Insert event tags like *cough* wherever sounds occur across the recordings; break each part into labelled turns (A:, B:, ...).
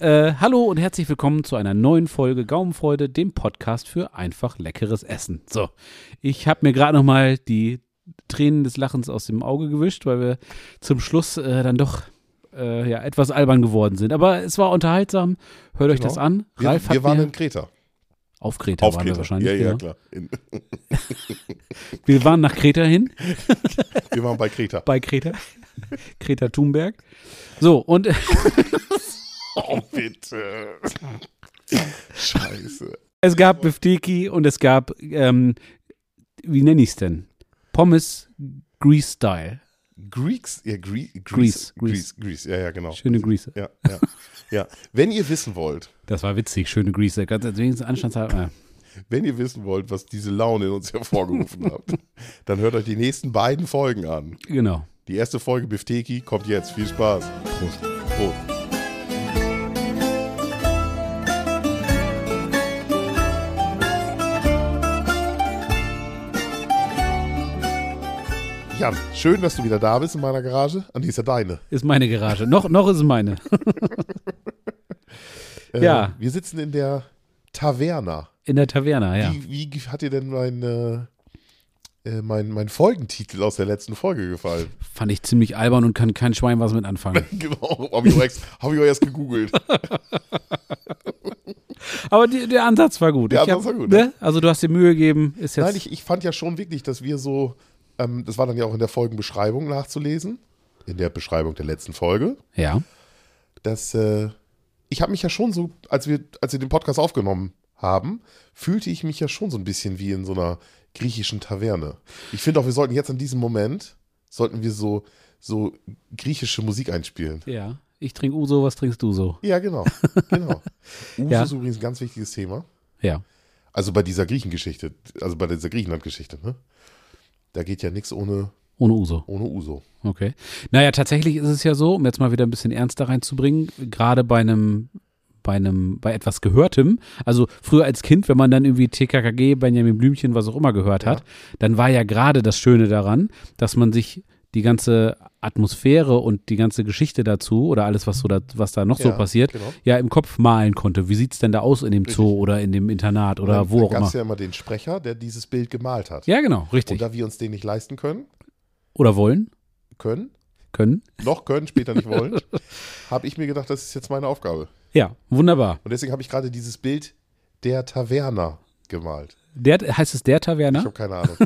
A: Äh, hallo und herzlich willkommen zu einer neuen Folge Gaumenfreude, dem Podcast für einfach leckeres Essen. So, ich habe mir gerade noch mal die Tränen des Lachens aus dem Auge gewischt, weil wir zum Schluss äh, dann doch äh, ja, etwas albern geworden sind. Aber es war unterhaltsam. Hört euch
B: Genau.
A: das an.
B: Wir,
A: Ralf
B: wir
A: hat
B: waren
A: mir
B: in Kreta.
A: auf Kreta
B: Auf
A: waren
B: Kreta.
A: wir wahrscheinlich.
B: ja, ja,
A: genau.
B: klar. In,
A: Wir waren nach Kreta hin.
B: wir waren
A: *laughs*
B: bei Kreta.
A: bei Kreta. Kreta Thunberg. So, und
B: Oh, bitte. Scheiße.
A: es gab Bifteki und es gab, ähm, wie nenne ich es denn? Pommes Grease Style.
B: Greeks, ja, Gre
A: Greece,
B: Greece, Greece, Greece, ja, ja, genau.
A: Schöne Grease.
B: Ja, ja, ja. Wenn ihr wissen wollt,
A: Das war witzig, schöne Grease. Ganz wenigstens Anstandshalber.
B: wenn ihr wissen wollt, was diese Laune in uns
A: *laughs*
B: hervorgerufen hat, dann hört euch die nächsten beiden Folgen an.
A: Genau.
B: Die erste Folge Bifteki kommt jetzt. Viel Spaß. Prost. Prost. Jan, schön, dass du wieder da bist in meiner Garage. Und die ist ja deine.
A: Ist meine Garage. Noch, noch ist es meine.
B: Äh,
A: Ja.
B: Wir sitzen in der Taverna.
A: In der Taverne, ja.
B: Wie, wie hat dir denn mein, äh, äh, mein, mein Folgentitel aus der letzten Folge gefallen? *laughs*
A: Fand ich ziemlich albern und kann kein Schwein was mit anfangen.
B: genau, habe ich, auch erst- hab ich auch erst gegoogelt.
A: Aber die, der Ansatz war gut.
B: Der
A: Ich
B: Ansatz war gut,
A: Ne? Also du hast dir Mühe gegeben. Ist jetzt,
B: Nein, ich, ich fand ja schon wirklich, dass wir so, ähm, das war dann ja auch in der Folgenbeschreibung nachzulesen, in der Beschreibung der letzten Folge,
A: ja.
B: dass äh, ich habe mich ja schon so, als wir, als wir den Podcast aufgenommen haben, fühlte ich mich ja schon so ein bisschen wie in so einer griechischen Taverne. Ich finde auch, wir sollten jetzt in diesem Moment, sollten wir so, so griechische Musik einspielen.
A: Ja. Ich trinke Uso, was trinkst du so?
B: Ja, genau, genau. Uso
A: Ja.
B: ist übrigens ein ganz wichtiges Thema.
A: Ja.
B: Also bei dieser Griechengeschichte, also bei dieser Griechenland-Geschichte, ne? Da geht ja nichts ohne,
A: Ohne Uso.
B: ohne Uso.
A: Okay. Naja, tatsächlich ist es ja so, um jetzt mal wieder ein bisschen ernster reinzubringen, gerade bei einem bei einem, bei etwas Gehörtem, also früher als Kind, wenn man dann irgendwie TKKG, Benjamin Blümchen, was auch immer gehört hat, dann war ja gerade das Schöne daran, dass man sich die ganze Atmosphäre und die ganze Geschichte dazu oder alles, was so da, was da noch so
B: Ja,
A: passiert,
B: genau.
A: ja im Kopf malen konnte. Wie sieht's denn da aus in dem Zoo
B: Richtig.
A: oder in dem Internat oder
B: Dann-
A: wo
B: dann
A: auch
B: gab's
A: immer?
B: ja immer den Sprecher, der dieses Bild gemalt hat.
A: Ja, genau,
B: Und
A: richtig.
B: da wir uns den nicht leisten können,
A: Oder wollen,
B: können,
A: können.
B: noch können, später
A: *laughs*
B: nicht wollen, habe ich mir gedacht, das ist jetzt meine Aufgabe.
A: Ja, wunderbar.
B: Und deswegen habe ich gerade dieses Bild der Taverna gemalt.
A: Der, heißt es der Taverna?
B: Ich habe keine Ahnung.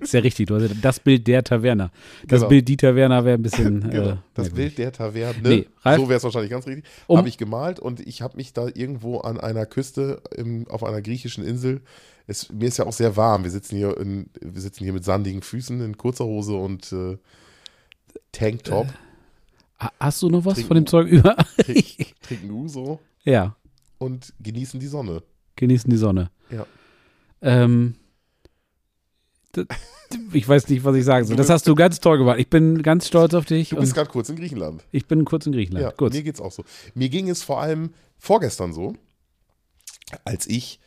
A: Ist ja richtig, du hast ja das Bild der Taverna. Das
B: Genau.
A: Bild die Taverna wäre ein
B: *laughs*
A: bisschen. äh,
B: genau. Das
A: merkwürdig.
B: Bild der Taverne,
A: Nee, Ralf-
B: so wäre es wahrscheinlich ganz richtig,
A: Um-
B: habe ich gemalt und ich habe mich da irgendwo an einer Küste im, auf einer griechischen Insel. Es, mir ist ja auch sehr warm. Wir sitzen hier, in, wir sitzen hier mit sandigen Füßen in kurzer Hose und äh, Tanktop.
A: Äh. Ha- Hast du noch was
B: Trinken.
A: von dem Zeug *laughs* über?
B: Trink- trinken Uso
A: ja,
B: und genießen die Sonne.
A: genießen die Sonne.
B: Ja.
A: Ähm, d- ich weiß nicht, was ich sagen soll. Das hast du ganz toll gemacht. Ich bin ganz stolz auf dich.
B: Du bist
A: Und
B: gerade kurz in Griechenland.
A: ich bin kurz in Griechenland.
B: Ja,
A: kurz.
B: mir geht's auch so. Mir ging es vor allem vorgestern so, als ich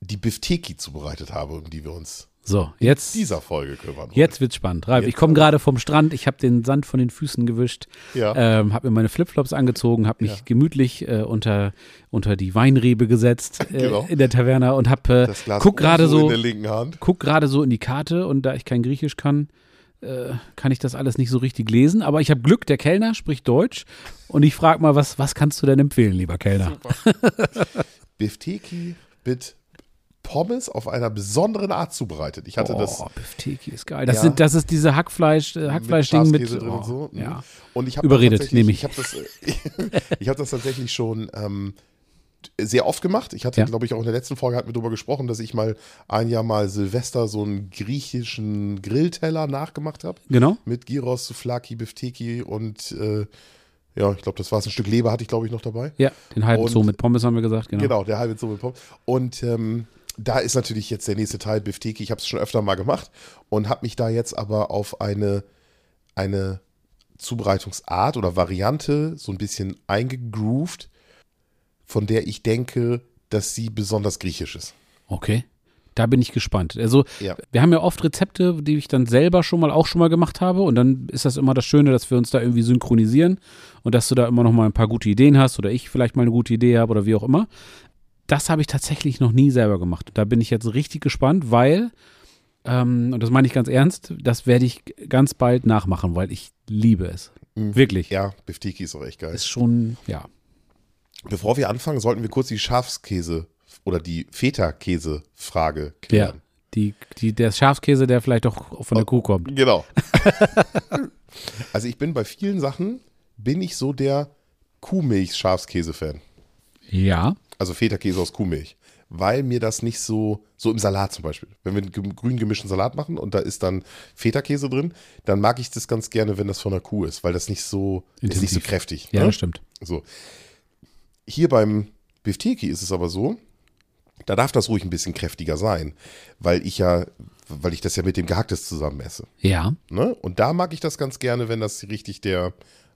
B: die Bifteki zubereitet habe, um die wir uns
A: So, jetzt,
B: dieser Folge kümmern.
A: jetzt wird's spannend. Ralf,
B: Jetzt
A: ich komme gerade vom Strand. Ich habe den Sand von den Füßen gewischt.
B: ja.
A: ähm, habe mir meine Flipflops angezogen, habe mich
B: Ja.
A: gemütlich äh, unter, unter die Weinrebe
B: *laughs*
A: gesetzt äh,
B: Genau.
A: in der Taverne und habe
B: das
A: äh,
B: Glas
A: guck gerade
B: Uso in
A: so
B: der linken Hand.
A: guck gerade so in die Karte und da ich kein Griechisch kann, äh, kann ich das alles nicht so richtig lesen. Aber ich habe Glück, der Kellner spricht Deutsch und ich frage mal, was was kannst du denn empfehlen, lieber Kellner?
B: Bifteki mit Pommes auf einer besonderen Art zubereitet. Ich hatte das
A: oh, Bifteki ist geil. Das
B: Ja.
A: sind das ist diese Hackfleisch äh, Hackfleischding mit,
B: Schafskäse drin
A: oh,
B: und so. Mhm.
A: ja.
B: Und ich hab
A: Überredet,
B: tatsächlich-
A: nehme ich.
B: Ich habe das, äh, *laughs* ich hab das tatsächlich schon ähm, sehr oft gemacht. Ich hatte,
A: Ja.
B: glaube ich, auch in der letzten Folge hatten wir darüber gesprochen, dass ich mal ein Jahr mal Silvester so einen griechischen Grillteller nachgemacht habe.
A: Genau.
B: Mit Gyros, Souflaki, Bifteki und äh, ja, ich glaube, das war es. Ein Stück Leber hatte ich, glaube ich, noch dabei.
A: Ja, den halben
B: Und-
A: Zoo mit Pommes haben wir gesagt, genau.
B: Genau, der halbe Zunge Pop. Und ähm, da ist natürlich jetzt der nächste Teil Bifteki. Ich habe es schon öfter mal gemacht und habe mich da jetzt aber auf eine, eine Zubereitungsart oder Variante so ein bisschen eingegroovt, von der ich denke, dass sie besonders griechisch ist.
A: Okay. Da bin ich gespannt. Also,
B: Ja.
A: wir haben ja oft Rezepte, die ich dann selber schon mal auch schon mal gemacht habe. Und dann ist das immer das Schöne, dass wir uns da irgendwie synchronisieren und dass du da immer noch mal ein paar gute Ideen hast oder ich vielleicht mal eine gute Idee habe oder wie auch immer. Das habe ich tatsächlich noch nie selber gemacht. Da bin ich jetzt richtig gespannt, weil, ähm, und das meine ich ganz ernst, das werde ich ganz bald nachmachen, weil ich liebe es.
B: Mhm.
A: Wirklich.
B: Ja, Bifteki ist auch echt geil.
A: Ist schon, ja.
B: Bevor wir anfangen, sollten wir kurz die Schafskäse oder die Feta-Käse-Frage
A: Ja.
B: klären.
A: Die, die, der Schafskäse, der vielleicht auch von der Kuh kommt. *laughs*
B: Genau. also ich bin bei vielen Sachen, bin ich so der Kuhmilch-Schafskäse-Fan.
A: Ja.
B: Also Feta-Käse aus Kuhmilch. Weil mir das nicht so, so im Salat zum Beispiel. Wenn wir einen gem- grün gemischten Salat machen und da ist dann Feta-Käse drin, dann mag ich das ganz gerne, wenn das von der Kuh ist, weil das nicht so, ist nicht so
A: Intensiv.
B: kräftig.
A: Ja,
B: ne?
A: das stimmt.
B: So. Hier beim Bifteki ist es aber so, da darf das ruhig ein bisschen kräftiger sein, weil ich ja, weil ich das ja mit dem Gehacktes zusammen esse.
A: Ja.
B: Ne? Und da mag ich das ganz gerne, wenn das richtig der,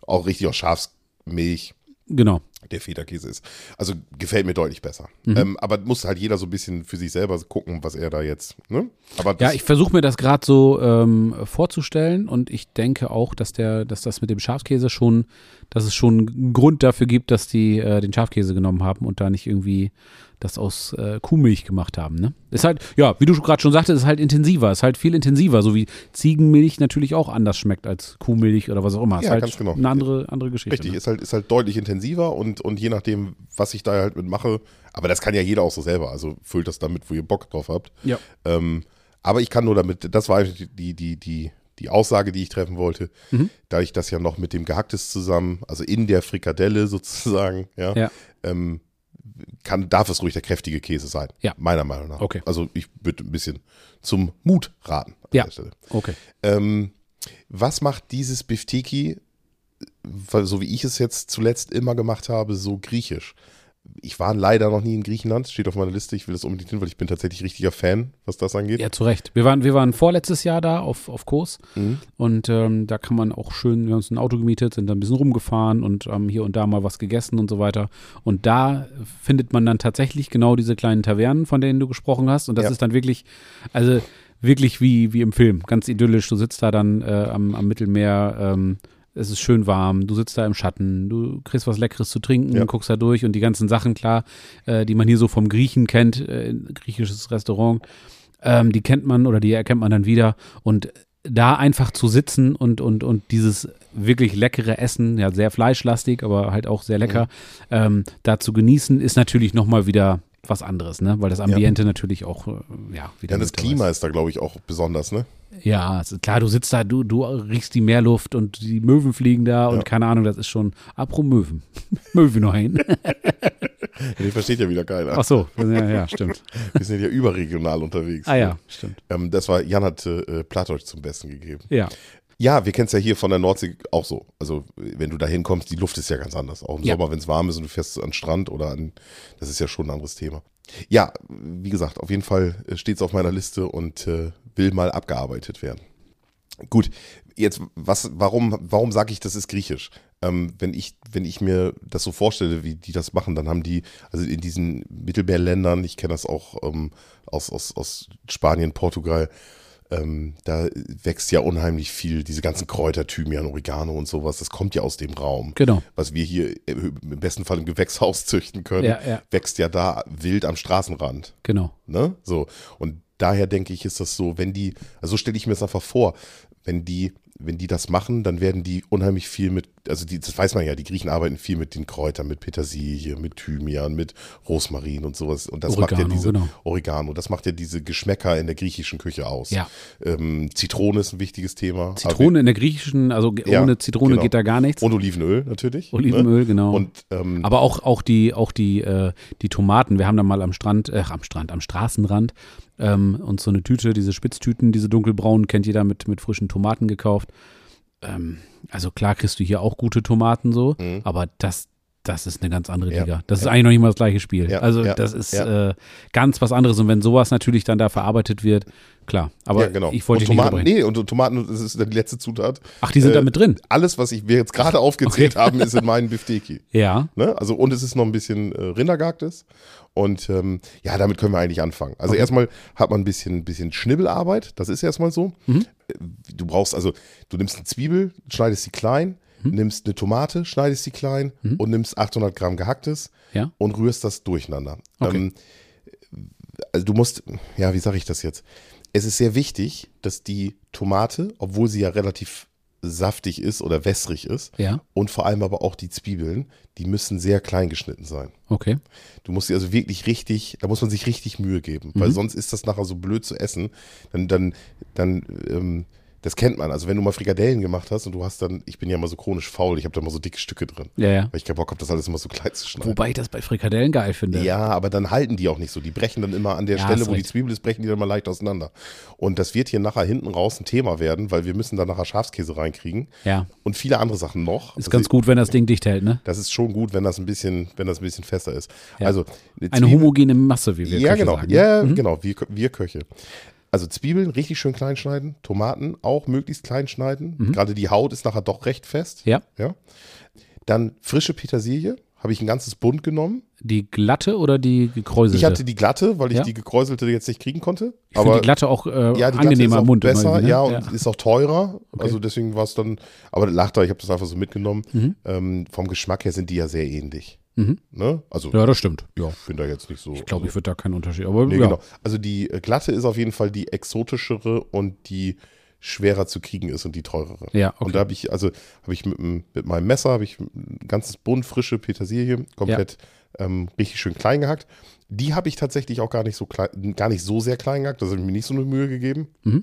B: auch richtig aus Schafsmilch
A: Genau.
B: der Federkäse ist. Also gefällt mir deutlich besser.
A: Mhm.
B: Ähm, aber muss halt jeder so ein bisschen für sich selber gucken, was er da jetzt. Ne? Aber
A: Ja,
B: das,
A: ich versuche mir das gerade so ähm, vorzustellen und ich denke auch, dass der, dass das mit dem Schafskäse schon, dass es schon einen Grund dafür gibt, dass die äh, den Schafskäse genommen haben und da nicht irgendwie das aus äh, Kuhmilch gemacht haben. Ne? Ist halt, ja, wie du gerade schon sagtest, ist halt intensiver, ist halt viel intensiver, so wie Ziegenmilch natürlich auch anders schmeckt als Kuhmilch oder was auch immer. Ist
B: Ja,
A: halt
B: ganz genau.
A: Eine andere, andere Geschichte.
B: richtig,
A: Ne?
B: ist halt, ist halt deutlich intensiver und, und je nachdem, was ich da halt mit mache, aber das kann ja jeder auch so selber. Also füllt das damit, wo ihr Bock drauf habt.
A: Ja.
B: Ähm, aber ich kann nur damit, das war eigentlich die, die, die, die Aussage, die ich treffen wollte,
A: Mhm.
B: da ich das ja noch mit dem Gehacktes zusammen, also in der Frikadelle *laughs* sozusagen, ja,
A: Ja.
B: Ähm, kann, darf es ruhig der kräftige Käse sein.
A: Ja.
B: Meiner Meinung nach.
A: Okay.
B: Also ich würde ein bisschen zum Mut raten. an
A: Ja.
B: der Stelle.
A: Okay.
B: Ähm, was macht dieses Bifteki, weil- so wie ich es jetzt zuletzt immer gemacht habe, so griechisch? Ich war leider noch nie in Griechenland, steht auf meiner Liste. Ich will das unbedingt hin, weil ich bin tatsächlich richtiger Fan, was das angeht.
A: Ja, zu Recht. Wir waren, wir waren vorletztes Jahr da auf, auf Kurs
B: Mhm.
A: und ähm, da kann man auch schön, wir haben uns ein Auto gemietet, sind da ein bisschen rumgefahren und haben hier und da mal was gegessen und so weiter. Und da findet man dann tatsächlich genau diese kleinen Tavernen, von denen du gesprochen hast. Und das
B: Ja.
A: ist dann wirklich, also wirklich wie, wie im Film, ganz idyllisch. Du sitzt da dann äh, am, am Mittelmeer, ähm, es ist schön warm, du sitzt da im Schatten, du kriegst was Leckeres zu trinken,
B: Ja.
A: guckst da durch und die ganzen Sachen, klar, äh, die man hier so vom Griechen kennt, äh, griechisches Restaurant, ähm, die kennt man oder die erkennt man dann wieder. Und da einfach zu sitzen und, und, und dieses wirklich leckere Essen, ja, sehr fleischlastig, aber halt auch sehr lecker, ähm, da zu genießen, ist natürlich nochmal wieder was anderes, ne? Weil das Ambiente natürlich auch, äh, ja, wieder.
B: Ja, das
A: mit dabei
B: Klima ist da, glaube ich, auch
A: *laughs*
B: besonders, ne?
A: ist. Ja, es ist klar, du sitzt da, du, du riechst die Meerluft und die Möwen fliegen da und
B: Ja.
A: keine Ahnung, das ist schon. Apro Möwen. *laughs* Möwen noch hin.
B: Den versteht ja wieder keiner.
A: Ach so, ja, ja, stimmt.
B: Wir sind *laughs* ja überregional unterwegs.
A: Ah ja, stimmt.
B: Ähm, das war, Jan hat äh, Plattdeutsch zum Besten gegeben.
A: Ja,
B: Ja, wir kennen es ja hier von der Nordsee auch so. Also, äh, wenn du da hinkommst, die Luft ist ja ganz anders. Auch im
A: Ja.
B: Sommer, wenn es warm ist und du fährst an den Strand oder an. Das ist ja schon ein anderes Thema. Ja, wie gesagt, auf jeden Fall steht es auf meiner Liste und äh, will mal abgearbeitet werden. Gut, jetzt, was, warum, warum sage ich, das ist griechisch? Ähm, wenn, ich, wenn ich mir das so vorstelle, wie die das machen, dann haben die, also in diesen Mittelmeerländern, ich kenne das auch ähm, aus, aus, aus Spanien, Portugal, ähm, da wächst ja unheimlich viel, diese ganzen Kräuter, Thymian, Oregano und sowas, das kommt ja aus dem Raum.
A: genau.
B: Was wir hier im besten Fall im Gewächshaus züchten können,
A: Ja, ja.
B: wächst ja da wild am Straßenrand.
A: Genau.
B: Ne? So. Und daher denke ich, ist das so, wenn die, also so stelle ich mir das einfach vor, wenn die, wenn die das machen, dann werden die unheimlich viel mit, also die, das weiß man ja, die Griechen arbeiten viel mit den Kräutern, mit Petersilie, mit Thymian, mit Rosmarin und sowas. Und das macht
A: Oregano,
B: ja diese
A: genau.
B: Oregano, das macht ja diese Geschmäcker in der griechischen Küche aus.
A: Ja.
B: Ähm, Zitrone ist ein wichtiges Thema.
A: Zitrone in der griechischen, also ge-
B: Ja,
A: ohne Zitrone
B: genau.
A: geht da gar nichts.
B: Und Olivenöl natürlich. ne?
A: Olivenöl, genau.
B: Und ähm,
A: aber auch, auch die, auch die, äh, die Tomaten. Wir haben da mal am Strand, äh, am Strand, am Straßenrand ähm, uns so eine Tüte, diese Spitztüten, diese dunkelbraunen, kennt jeder mit, mit frischen Tomaten gekauft. Ähm, also klar kriegst du hier auch gute Tomaten so, aber das, das ist eine ganz andere
B: Mhm. Ja.
A: Liga. Das ist eigentlich noch nicht mal das gleiche Spiel.
B: Ja.
A: Also
B: Ja.
A: das ist
B: Ja.
A: äh, ganz was anderes. Und wenn sowas natürlich dann da verarbeitet wird, klar. Aber
B: ja, genau.
A: ich wollte dich
B: und
A: nicht
B: Tomaten,
A: unterbrechen.
B: nee, und Tomaten, das ist die letzte Zutat.
A: Ach, die sind
B: Äh,
A: da mit drin.
B: Alles, was ich, wir jetzt gerade aufgezählt haben, ist in meinen Bifteki.
A: Ja.
B: Ne? Also, und es ist noch ein bisschen äh, Rindergarktes. Und ähm, ja, damit können wir eigentlich anfangen. Also erstmal hat man ein bisschen, bisschen Schnibbelarbeit, das ist erstmal so. Äh, Du brauchst also, du nimmst eine Zwiebel, schneidest sie klein, nimmst eine Tomate, schneidest sie klein und nimmst 800 Gramm gehacktes
A: Ja.
B: und rührst das durcheinander.
A: Okay.
B: Ähm, also du musst, ja, wie sage ich das jetzt? Es ist sehr wichtig, dass die Tomate, obwohl sie ja relativ saftig ist oder wässrig ist,
A: Ja.
B: und vor allem aber auch die Zwiebeln, die müssen sehr klein geschnitten sein.
A: Okay.
B: Du musst sie also wirklich richtig, da muss man sich richtig Mühe geben,
A: Mhm.
B: weil sonst ist das nachher so blöd zu essen. Dann, dann, dann, ähm, das kennt man. Also wenn du mal Frikadellen gemacht hast und du hast dann, ich bin ja mal so chronisch faul, ich habe da mal so dicke Stücke drin,
A: Ja, ja.
B: weil ich keinen Bock habe, das alles immer so klein zu schneiden.
A: Wobei ich das bei Frikadellen geil finde.
B: Ja, aber dann halten die auch nicht so. Die brechen dann immer an der
A: Ja,
B: Stelle,
A: hast
B: wo die
A: recht.
B: Zwiebel ist, brechen die dann mal leicht auseinander. Und das wird hier nachher hinten raus ein Thema werden, weil wir müssen da nachher Schafskäse reinkriegen
A: Ja.
B: und viele andere Sachen
A: Ist
B: noch. Also
A: ganz gut, wenn das Ding dicht hält, ne?
B: das ist schon gut, wenn das ein bisschen, wenn das ein bisschen fester ist.
A: Ja.
B: Also
A: Eine
B: Zwiebel-
A: homogene Masse, wie wir
B: ja,
A: Köche
B: genau.
A: sagen. ne? Mhm.
B: Ja, genau, wir, Kö- wir Köche. Also Zwiebeln richtig schön klein schneiden, Tomaten auch möglichst klein schneiden. Gerade die Haut ist nachher doch recht fest.
A: Mhm. Ja.
B: ja. Dann frische Petersilie, habe ich ein ganzes Bund genommen.
A: Die glatte oder die gekräuselte?
B: Ich hatte die glatte, weil ich
A: Ja.
B: die gekräuselte jetzt nicht kriegen konnte.
A: Ich finde die glatte auch äh,
B: ja, die glatte
A: angenehmer
B: ist auch
A: im Mund. immer
B: besser,
A: irgendwie, ne?
B: ja, und ist auch teurer. Also deswegen war es dann, aber das lag da, ich habe das einfach so mitgenommen.
A: Mhm.
B: Ähm, vom Geschmack her sind die ja sehr ähnlich. Ne? Also
A: ja. ja, das stimmt. Ja.
B: ich bin da jetzt nicht so.
A: Ich glaube, ich würde da keinen Unterschied. Aber
B: Nee,
A: ja.
B: genau. Also die äh, glatte ist auf jeden Fall die exotischere und die schwerer zu kriegen ist und die teurere.
A: Ja, okay.
B: Und da habe ich, also habe ich mit, dem- mit meinem Messer, habe ich ein ganzes Bund frische Petersilie, komplett ähm, richtig schön klein gehackt. Die habe ich tatsächlich auch gar nicht so klein, gar nicht so sehr klein gehackt, da habe ich mir nicht so eine Mühe gegeben.
A: Mhm.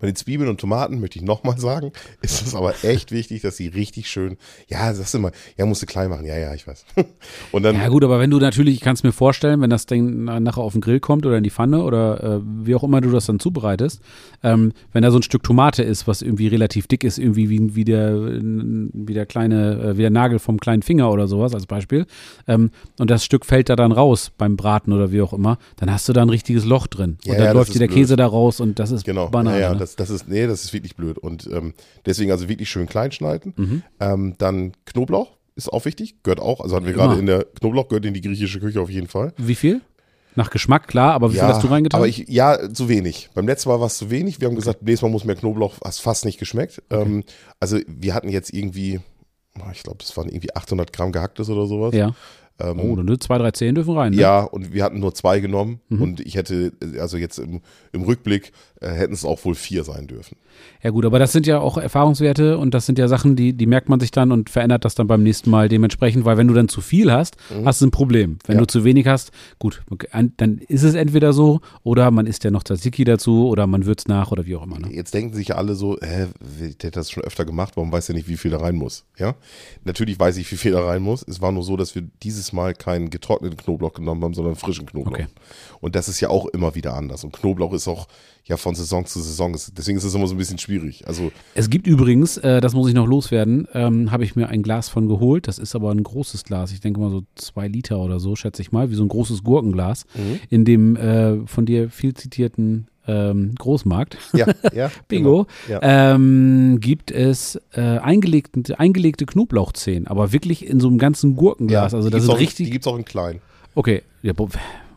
B: Bei den Zwiebeln und Tomaten möchte ich nochmal sagen, *laughs* ist es aber echt wichtig, dass sie richtig schön, ja, sagst du immer, ja, musst du klein machen, ja, ja, ich weiß. *laughs* Und dann,
A: Ja gut, aber wenn du natürlich, ich kann es mir vorstellen, wenn das Ding na- nachher auf den Grill kommt oder in die Pfanne oder äh, wie auch immer du das dann zubereitest, ähm, wenn da so ein Stück Tomate ist, was irgendwie relativ dick ist, irgendwie wie, wie, der, äh, wie der kleine, äh, wie der Nagel vom kleinen Finger oder sowas als Beispiel, ähm, und das Stück fällt da dann raus beim Braten oder wie auch immer, dann hast du da ein richtiges Loch drin.
B: Ja,
A: und dann
B: ja, das
A: läuft
B: ist
A: dir der
B: blöd.
A: Käse da raus und das ist
B: Genau.
A: Banane.
B: ja, ja,
A: ne?
B: das, das ist, nee, das ist wirklich blöd. Und ähm, deswegen also wirklich schön klein schneiden.
A: Mhm.
B: Ähm, dann Knoblauch ist auch wichtig, gehört auch. Also hatten wir gerade
A: Immer.
B: in der Knoblauch gehört in die griechische Küche auf jeden Fall.
A: wie viel? Nach Geschmack, klar, aber wie viel hast du reingetan?
B: Aber ich, ja, zu wenig. Beim letzten Mal war es zu wenig. Wir haben gesagt, nächstes Mal muss mehr Knoblauch, hast fast nicht geschmeckt. Ähm, also wir hatten jetzt irgendwie, oh, ich glaube, das waren irgendwie 800 Gramm gehacktes oder sowas.
A: ja.
B: Ähm,
A: Oh, dann zwei, drei Zehen dürfen rein. Ne? Mhm.
B: Ja, und wir hatten nur zwei genommen und ich hätte, also jetzt im, im Rückblick, äh, hätten es auch wohl vier sein dürfen.
A: Ja gut, aber das sind ja auch Erfahrungswerte und das sind ja Sachen, die, die merkt man sich dann und verändert das dann beim nächsten Mal dementsprechend, weil wenn du dann zu viel hast, hast du ein Problem. Wenn
B: Ja.
A: du zu wenig hast, gut, okay, an- dann ist es entweder so oder man isst ja noch Tzatziki dazu oder man würzt nach oder wie auch immer. Ne?
B: Jetzt denken sich ja alle so, hä, der hat das schon öfter gemacht, warum weiß er nicht, wie viel da rein muss? Ja, natürlich weiß ich, wie viel da rein muss. Es war nur so, dass wir dieses Mal keinen getrockneten Knoblauch genommen haben, sondern frischen Knoblauch.
A: Okay.
B: Und das ist ja auch immer wieder anders. Und Knoblauch ist auch ja von Saison zu Saison. Ist- Deswegen ist es immer so ein bisschen schwierig. Also
A: Es gibt übrigens, äh, das muss ich noch loswerden, ähm, habe ich mir ein Glas von geholt. Das ist aber ein großes Glas. Ich denke mal so zwei Liter oder so, schätze ich mal, wie so ein großes Gurkenglas in dem äh, von dir viel zitierten ähm, Großmarkt. *laughs*
B: ja, ja.
A: Bingo.
B: Genau. Ja.
A: Ähm, gibt es äh, eingelegte, eingelegte Knoblauchzehen, aber wirklich in so einem ganzen Gurkenglas. also das
B: die gibt's
A: sind
B: auch, Die
A: richtig.
B: gibt es auch in klein.
A: Okay, ja, bo-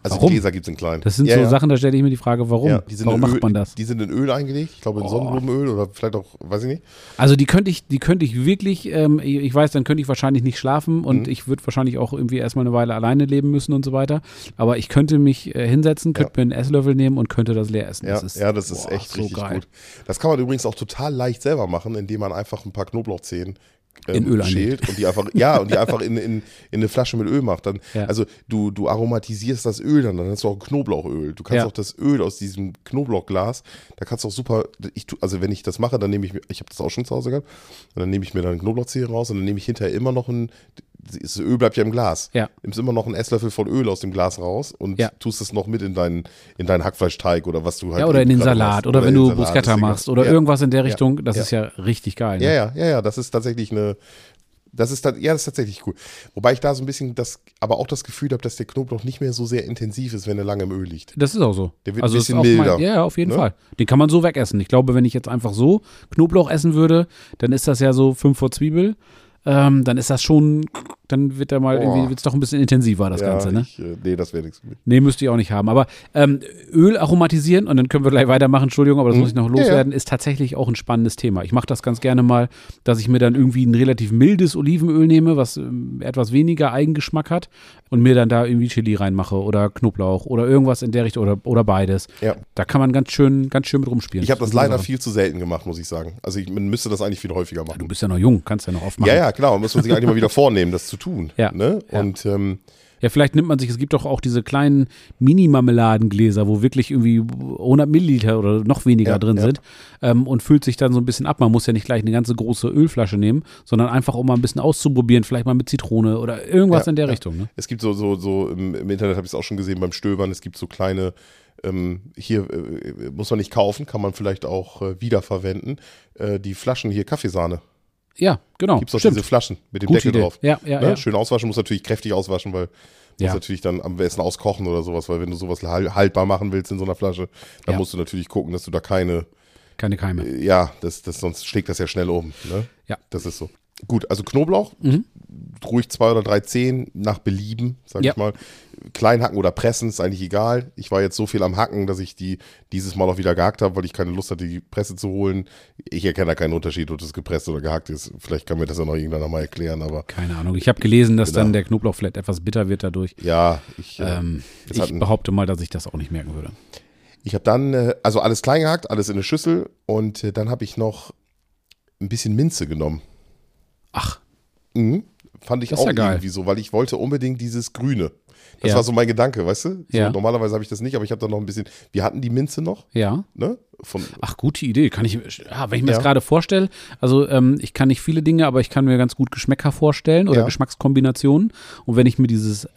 B: Also die
A: warum?
B: Gläser gibt es in klein.
A: Das sind
B: ja,
A: so
B: ja.
A: Sachen, da stelle ich mir die Frage, warum?
B: Ja, die sind
A: warum
B: in
A: macht
B: Öl,
A: man das?
B: Die sind in Öl eingelegt, ich glaube in Sonnenblumenöl oder vielleicht auch, weiß ich nicht.
A: Also die könnte ich, die könnte ich wirklich, ähm, ich- ich weiß, dann könnte ich wahrscheinlich nicht schlafen und
B: Mhm.
A: ich würde wahrscheinlich auch irgendwie erstmal eine Weile alleine leben müssen und so weiter. Aber ich könnte mich äh, hinsetzen, könnte mir einen Esslöffel nehmen und könnte das leer essen.
B: Ja,
A: das ist,
B: ja, das ist
A: boah,
B: echt
A: so
B: richtig
A: geil.
B: gut. Das kann man übrigens auch total leicht selber machen, indem man einfach ein paar Knoblauchzehen ähm,
A: In Öl
B: schält und die einfach, ja, und die einfach in, in, in eine Flasche mit Öl macht. Dann,
A: Ja.
B: Also du, du aromatisierst das Öl dann, dann hast du auch Knoblauchöl. Du kannst
A: Ja.
B: auch das Öl aus diesem Knoblauchglas, da kannst du auch super, ich tu, also wenn ich das mache, dann nehme ich mir, ich habe das auch schon zu Hause gehabt, und dann nehme ich mir dann Knoblauchzehe raus und dann nehme ich hinterher immer noch ein, das Öl bleibt ja im Glas.
A: Ja.
B: Nimmst immer noch einen Esslöffel voll Öl aus dem Glas raus und
A: Ja.
B: tust es noch mit in deinen, in deinen Hackfleischteig oder was du halt
A: Ja, oder in
B: eben
A: den
B: gerade
A: Salat
B: machst.
A: oder, wenn
B: in den
A: du
B: Salat,
A: Bruschetta
B: deswegen-
A: machst oder
B: ja.
A: irgendwas in der
B: Ja.
A: Richtung. Das
B: Ja.
A: ist ja richtig geil. Ne?
B: Ja, ja, ja, ja, das ist tatsächlich eine, Das ist dann, ja, das ist tatsächlich cool. Wobei ich da so ein bisschen das, aber auch das Gefühl habe, dass der Knoblauch nicht mehr so sehr intensiv ist, wenn er lange im Öl liegt.
A: Das ist auch so.
B: Der wird
A: also
B: ein
A: das ist
B: bisschen
A: auch mein-
B: milder.
A: Ja, ja, auf jeden
B: ne?
A: Fall. Den kann man so wegessen. Ich glaube, wenn ich jetzt einfach so Knoblauch essen würde, dann ist das ja so fünf vor Zwiebel. Ähm, dann ist das schon, dann wird da mal
B: Boah.
A: irgendwie, wird es doch ein bisschen intensiver, das
B: ja,
A: Ganze, ne?
B: Ich, äh, nee, das wäre nichts für mich.
A: Nee, müsste ich auch nicht haben. Aber ähm, Öl aromatisieren, und dann können wir gleich weitermachen, Entschuldigung, aber das muss ich noch
B: Mhm. Ja, ja.
A: loswerden, ist tatsächlich auch ein spannendes Thema. Ich mache das ganz gerne mal, dass ich mir dann irgendwie ein relativ mildes Olivenöl nehme, was ähm, etwas weniger Eigengeschmack hat und mir dann da irgendwie Chili reinmache oder Knoblauch oder irgendwas in der Richtung oder, oder beides.
B: Ja.
A: Da kann man ganz schön, ganz schön mit rumspielen.
B: Ich habe das
A: ist eine
B: leider
A: Sache.
B: viel zu selten gemacht, muss ich sagen. Also ich man müsste das eigentlich viel häufiger machen.
A: Du bist ja noch jung, kannst ja noch oft machen.
B: Ja, ja, klar. Muss man sich eigentlich mal wieder vornehmen, das zu tun.
A: Ja,
B: Ne?
A: ja.
B: Und ähm,
A: Ja, vielleicht nimmt man sich, es gibt doch auch diese kleinen Mini-Marmeladengläser, wo wirklich irgendwie 100 Milliliter oder noch weniger
B: Ja,
A: drin
B: ja.
A: sind ähm, und füllt sich dann so ein bisschen ab. Man muss ja nicht gleich eine ganze große Ölflasche nehmen, sondern einfach, um mal ein bisschen auszuprobieren, vielleicht mal mit Zitrone oder irgendwas
B: Ja,
A: in der
B: ja.
A: Richtung. Ne?
B: es gibt so, so, so im, im Internet habe ich es auch schon gesehen beim Stöbern, es gibt so kleine, ähm, hier äh, muss man nicht kaufen, kann man vielleicht auch äh, wiederverwenden. Äh, die Flaschen hier, Kaffeesahne.
A: Ja, genau.
B: Gibt es auch
A: stimmt.
B: diese Flaschen mit dem
A: Gute
B: Deckel
A: Idee.
B: drauf.
A: Ja, ja,
B: ne?
A: ja.
B: Schön auswaschen, muss natürlich kräftig auswaschen, weil
A: Ja.
B: muss natürlich dann am besten auskochen oder sowas, weil wenn du sowas hal- haltbar machen willst in so einer Flasche, dann
A: Ja.
B: musst du natürlich gucken, dass du da keine,
A: Keine Keime.
B: äh, ja, das, das, sonst schlägt das ja schnell um. Ne?
A: Ja. Mhm.
B: Das ist so. Gut, also Knoblauch, ruhig zwei oder drei Zehen nach Belieben, sag
A: Ja.
B: ich mal. Klein hacken oder pressen, ist eigentlich egal. Ich war jetzt so viel am Hacken, dass ich die dieses Mal auch wieder gehackt habe, weil ich keine Lust hatte, die Presse zu holen. Ich erkenne da keinen Unterschied, ob das gepresst oder gehackt ist. Vielleicht kann mir das ja noch irgendwann mal erklären, aber
A: Keine Ahnung. Ich habe gelesen, dass
B: Genau.
A: dann der Knoblauch vielleicht etwas bitter wird dadurch.
B: ja, ich, äh,
A: Ähm,
B: es hat
A: ich
B: ein-
A: behaupte mal, dass ich das auch nicht merken würde.
B: ich habe dann, äh, also alles klein gehackt, alles in eine Schüssel und äh, dann habe ich noch ein bisschen Minze genommen.
A: Ach,
B: Mhm. Fand ich
A: Das ist
B: auch
A: ja geil.
B: irgendwie so, weil ich wollte unbedingt dieses Grüne. Das
A: Ja.
B: war so mein Gedanke, weißt du? So,
A: Ja.
B: Normalerweise habe ich das nicht, aber ich habe da noch ein bisschen. Wir hatten die Minze noch,
A: ja.
B: ne? Von,
A: Ach, gute Idee. Kann ich, ah, wenn ich mir
B: Ja.
A: das gerade vorstelle, also ähm, ich kann nicht viele Dinge, aber ich kann mir ganz gut Geschmäcker vorstellen oder
B: Ja.
A: Geschmackskombinationen. Und wenn ich mir dieses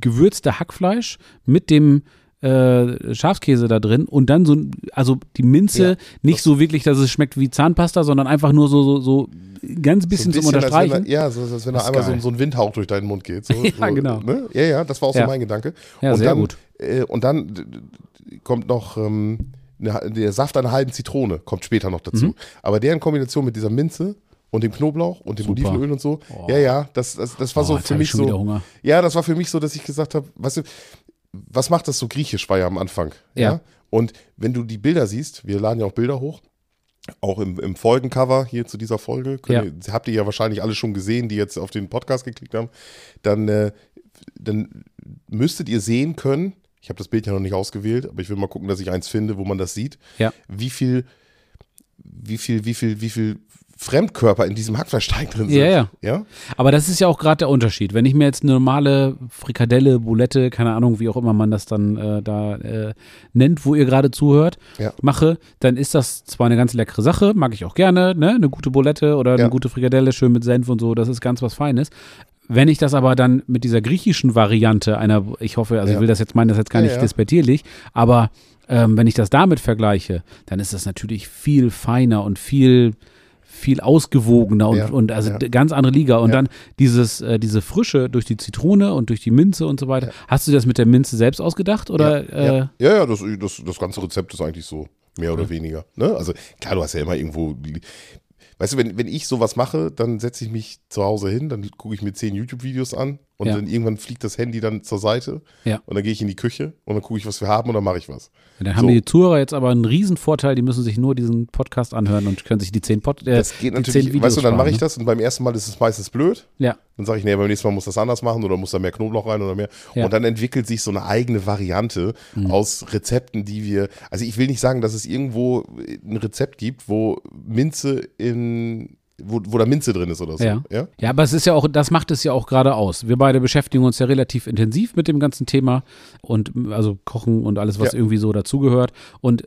A: gewürzte Hackfleisch mit dem äh, Schafskäse da drin und dann so, ein- also die Minze
B: Ja,
A: nicht so wirklich, dass es schmeckt wie Zahnpasta, sondern einfach nur so, so, so ganz bisschen,
B: so ein
A: zum
B: als wenn da,
A: Unterstreichen.
B: ja, so, als wenn da
A: Das ist
B: einmal so,
A: geil.
B: so ein Windhauch durch deinen Mund geht. So,
A: *laughs* Ja,
B: so,
A: genau.
B: Ne? Ja, ja, das war auch
A: Ja.
B: so mein Gedanke.
A: Ja,
B: und
A: sehr
B: dann,
A: gut.
B: Äh, und dann d- d- kommt noch ähm, eine, der Saft einer halben Zitrone, kommt später noch dazu.
A: Mhm.
B: Aber der in Kombination mit dieser Minze und dem Knoblauch und dem
A: Super.
B: Olivenöl und so, ja, ja, das, das, das war
A: Oh,
B: so
A: jetzt
B: für
A: hab
B: mich
A: ich schon
B: so.
A: wieder Hunger.
B: Ja, das war für mich so, dass ich gesagt habe, weißt du, was macht das so griechisch war ja am Anfang. Ja.
A: Ja.
B: Und wenn du die Bilder siehst, wir laden ja auch Bilder hoch, auch im, im Folgencover hier zu dieser Folge, könnt ihr, habt ihr ja wahrscheinlich alle schon gesehen, die jetzt auf den Podcast geklickt haben, dann, äh, dann müsstet ihr sehen können, ich habe das Bild ja noch nicht ausgewählt, aber ich will mal gucken, dass ich eins finde, wo man das sieht,
A: Ja.
B: wie viel, wie viel, wie viel, wie viel Fremdkörper in diesem Hackfleischteig drin sind.
A: Ja, ja.
B: ja?
A: Aber das ist ja auch gerade der Unterschied. Wenn ich mir jetzt eine normale Frikadelle, Boulette, keine Ahnung, wie auch immer man das dann äh, da äh, nennt, wo ihr gerade zuhört,
B: Ja.
A: mache, dann ist das zwar eine ganz leckere Sache, mag ich auch gerne, ne? Eine gute Boulette oder
B: Ja.
A: eine gute Frikadelle, schön mit Senf und so, das ist ganz was Feines. Wenn ich das aber dann mit dieser griechischen Variante einer, ich hoffe, also
B: Ja.
A: ich will das jetzt meinen, das jetzt gar
B: Ja,
A: nicht
B: ja.
A: despektierlich, aber ähm, wenn ich das damit vergleiche, dann ist das natürlich viel feiner und viel viel ausgewogener und,
B: Ja,
A: und also
B: ja.
A: d- ganz andere Liga. Und
B: Ja.
A: dann dieses, äh, diese Frische durch die Zitrone und durch die Minze und so weiter. Hast du das mit der Minze selbst ausgedacht? Oder
B: ja,
A: äh,
B: ja. ja, ja, das, das, das ganze Rezept ist eigentlich so, mehr oder weniger. Ne? Also klar, du hast ja immer irgendwo. Weißt du, wenn, wenn ich sowas mache, dann setze ich mich zu Hause hin, dann gucke ich mir zehn YouTube-Videos an und
A: Ja.
B: dann irgendwann fliegt das Handy dann zur Seite
A: Ja.
B: und dann gehe ich in die Küche und dann gucke ich, was wir haben und dann mache ich was.
A: dann haben
B: So.
A: die Zuhörer jetzt aber einen riesen Vorteil, die müssen sich nur diesen Podcast anhören und können sich die zehn Pod äh,
B: Das geht
A: die zehn
B: natürlich,
A: Videos
B: weißt du, dann
A: sparen,
B: mache ich
A: ne?
B: das und beim ersten Mal ist es meistens blöd.
A: Ja,
B: Dann sage ich, nee, beim nächsten Mal muss das anders machen oder muss da mehr Knoblauch rein oder mehr.
A: Ja. Mhm.
B: Und dann entwickelt sich so eine eigene Variante aus Rezepten, die wir. Also ich will nicht sagen, dass es irgendwo ein Rezept gibt, wo Minze in. Wo, wo da Minze drin ist oder so.
A: Ja.
B: ja?
A: Ja, aber es ist ja auch, das macht es ja auch gerade aus. Wir beide beschäftigen uns ja relativ intensiv mit dem ganzen Thema und m, also Kochen und alles, was
B: Ja.
A: irgendwie so dazugehört. Und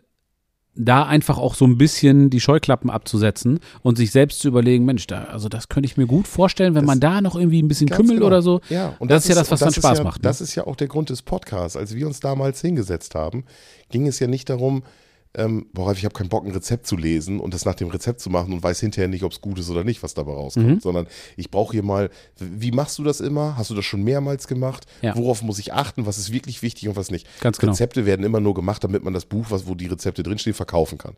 A: da einfach auch so ein bisschen die Scheuklappen abzusetzen und sich selbst zu überlegen, Mensch, da, also das könnte ich mir gut vorstellen, wenn
B: Das-
A: man da noch irgendwie ein bisschen
B: Ganz
A: Kümmel
B: genau.
A: oder so.
B: Ja,
A: Das ist ja das, was
B: und
A: dann Spaß
B: ist ja,
A: macht, ne?
B: Das ist ja auch der Grund des Podcasts. Als wir uns damals hingesetzt haben, ging es ja nicht darum, ähm, boah, Ralf, ich habe keinen Bock, ein Rezept zu lesen und das nach dem Rezept zu machen und weiß hinterher nicht, ob es gut ist oder nicht, was dabei rauskommt,
A: Mhm.
B: sondern ich brauche hier mal, wie machst du das immer? Hast du das schon mehrmals gemacht?
A: Ja.
B: Worauf muss ich achten? Was ist wirklich wichtig und was nicht?
A: Ganz genau.
B: Rezepte werden immer nur gemacht, damit man das Buch, was, wo die Rezepte drinstehen, verkaufen kann.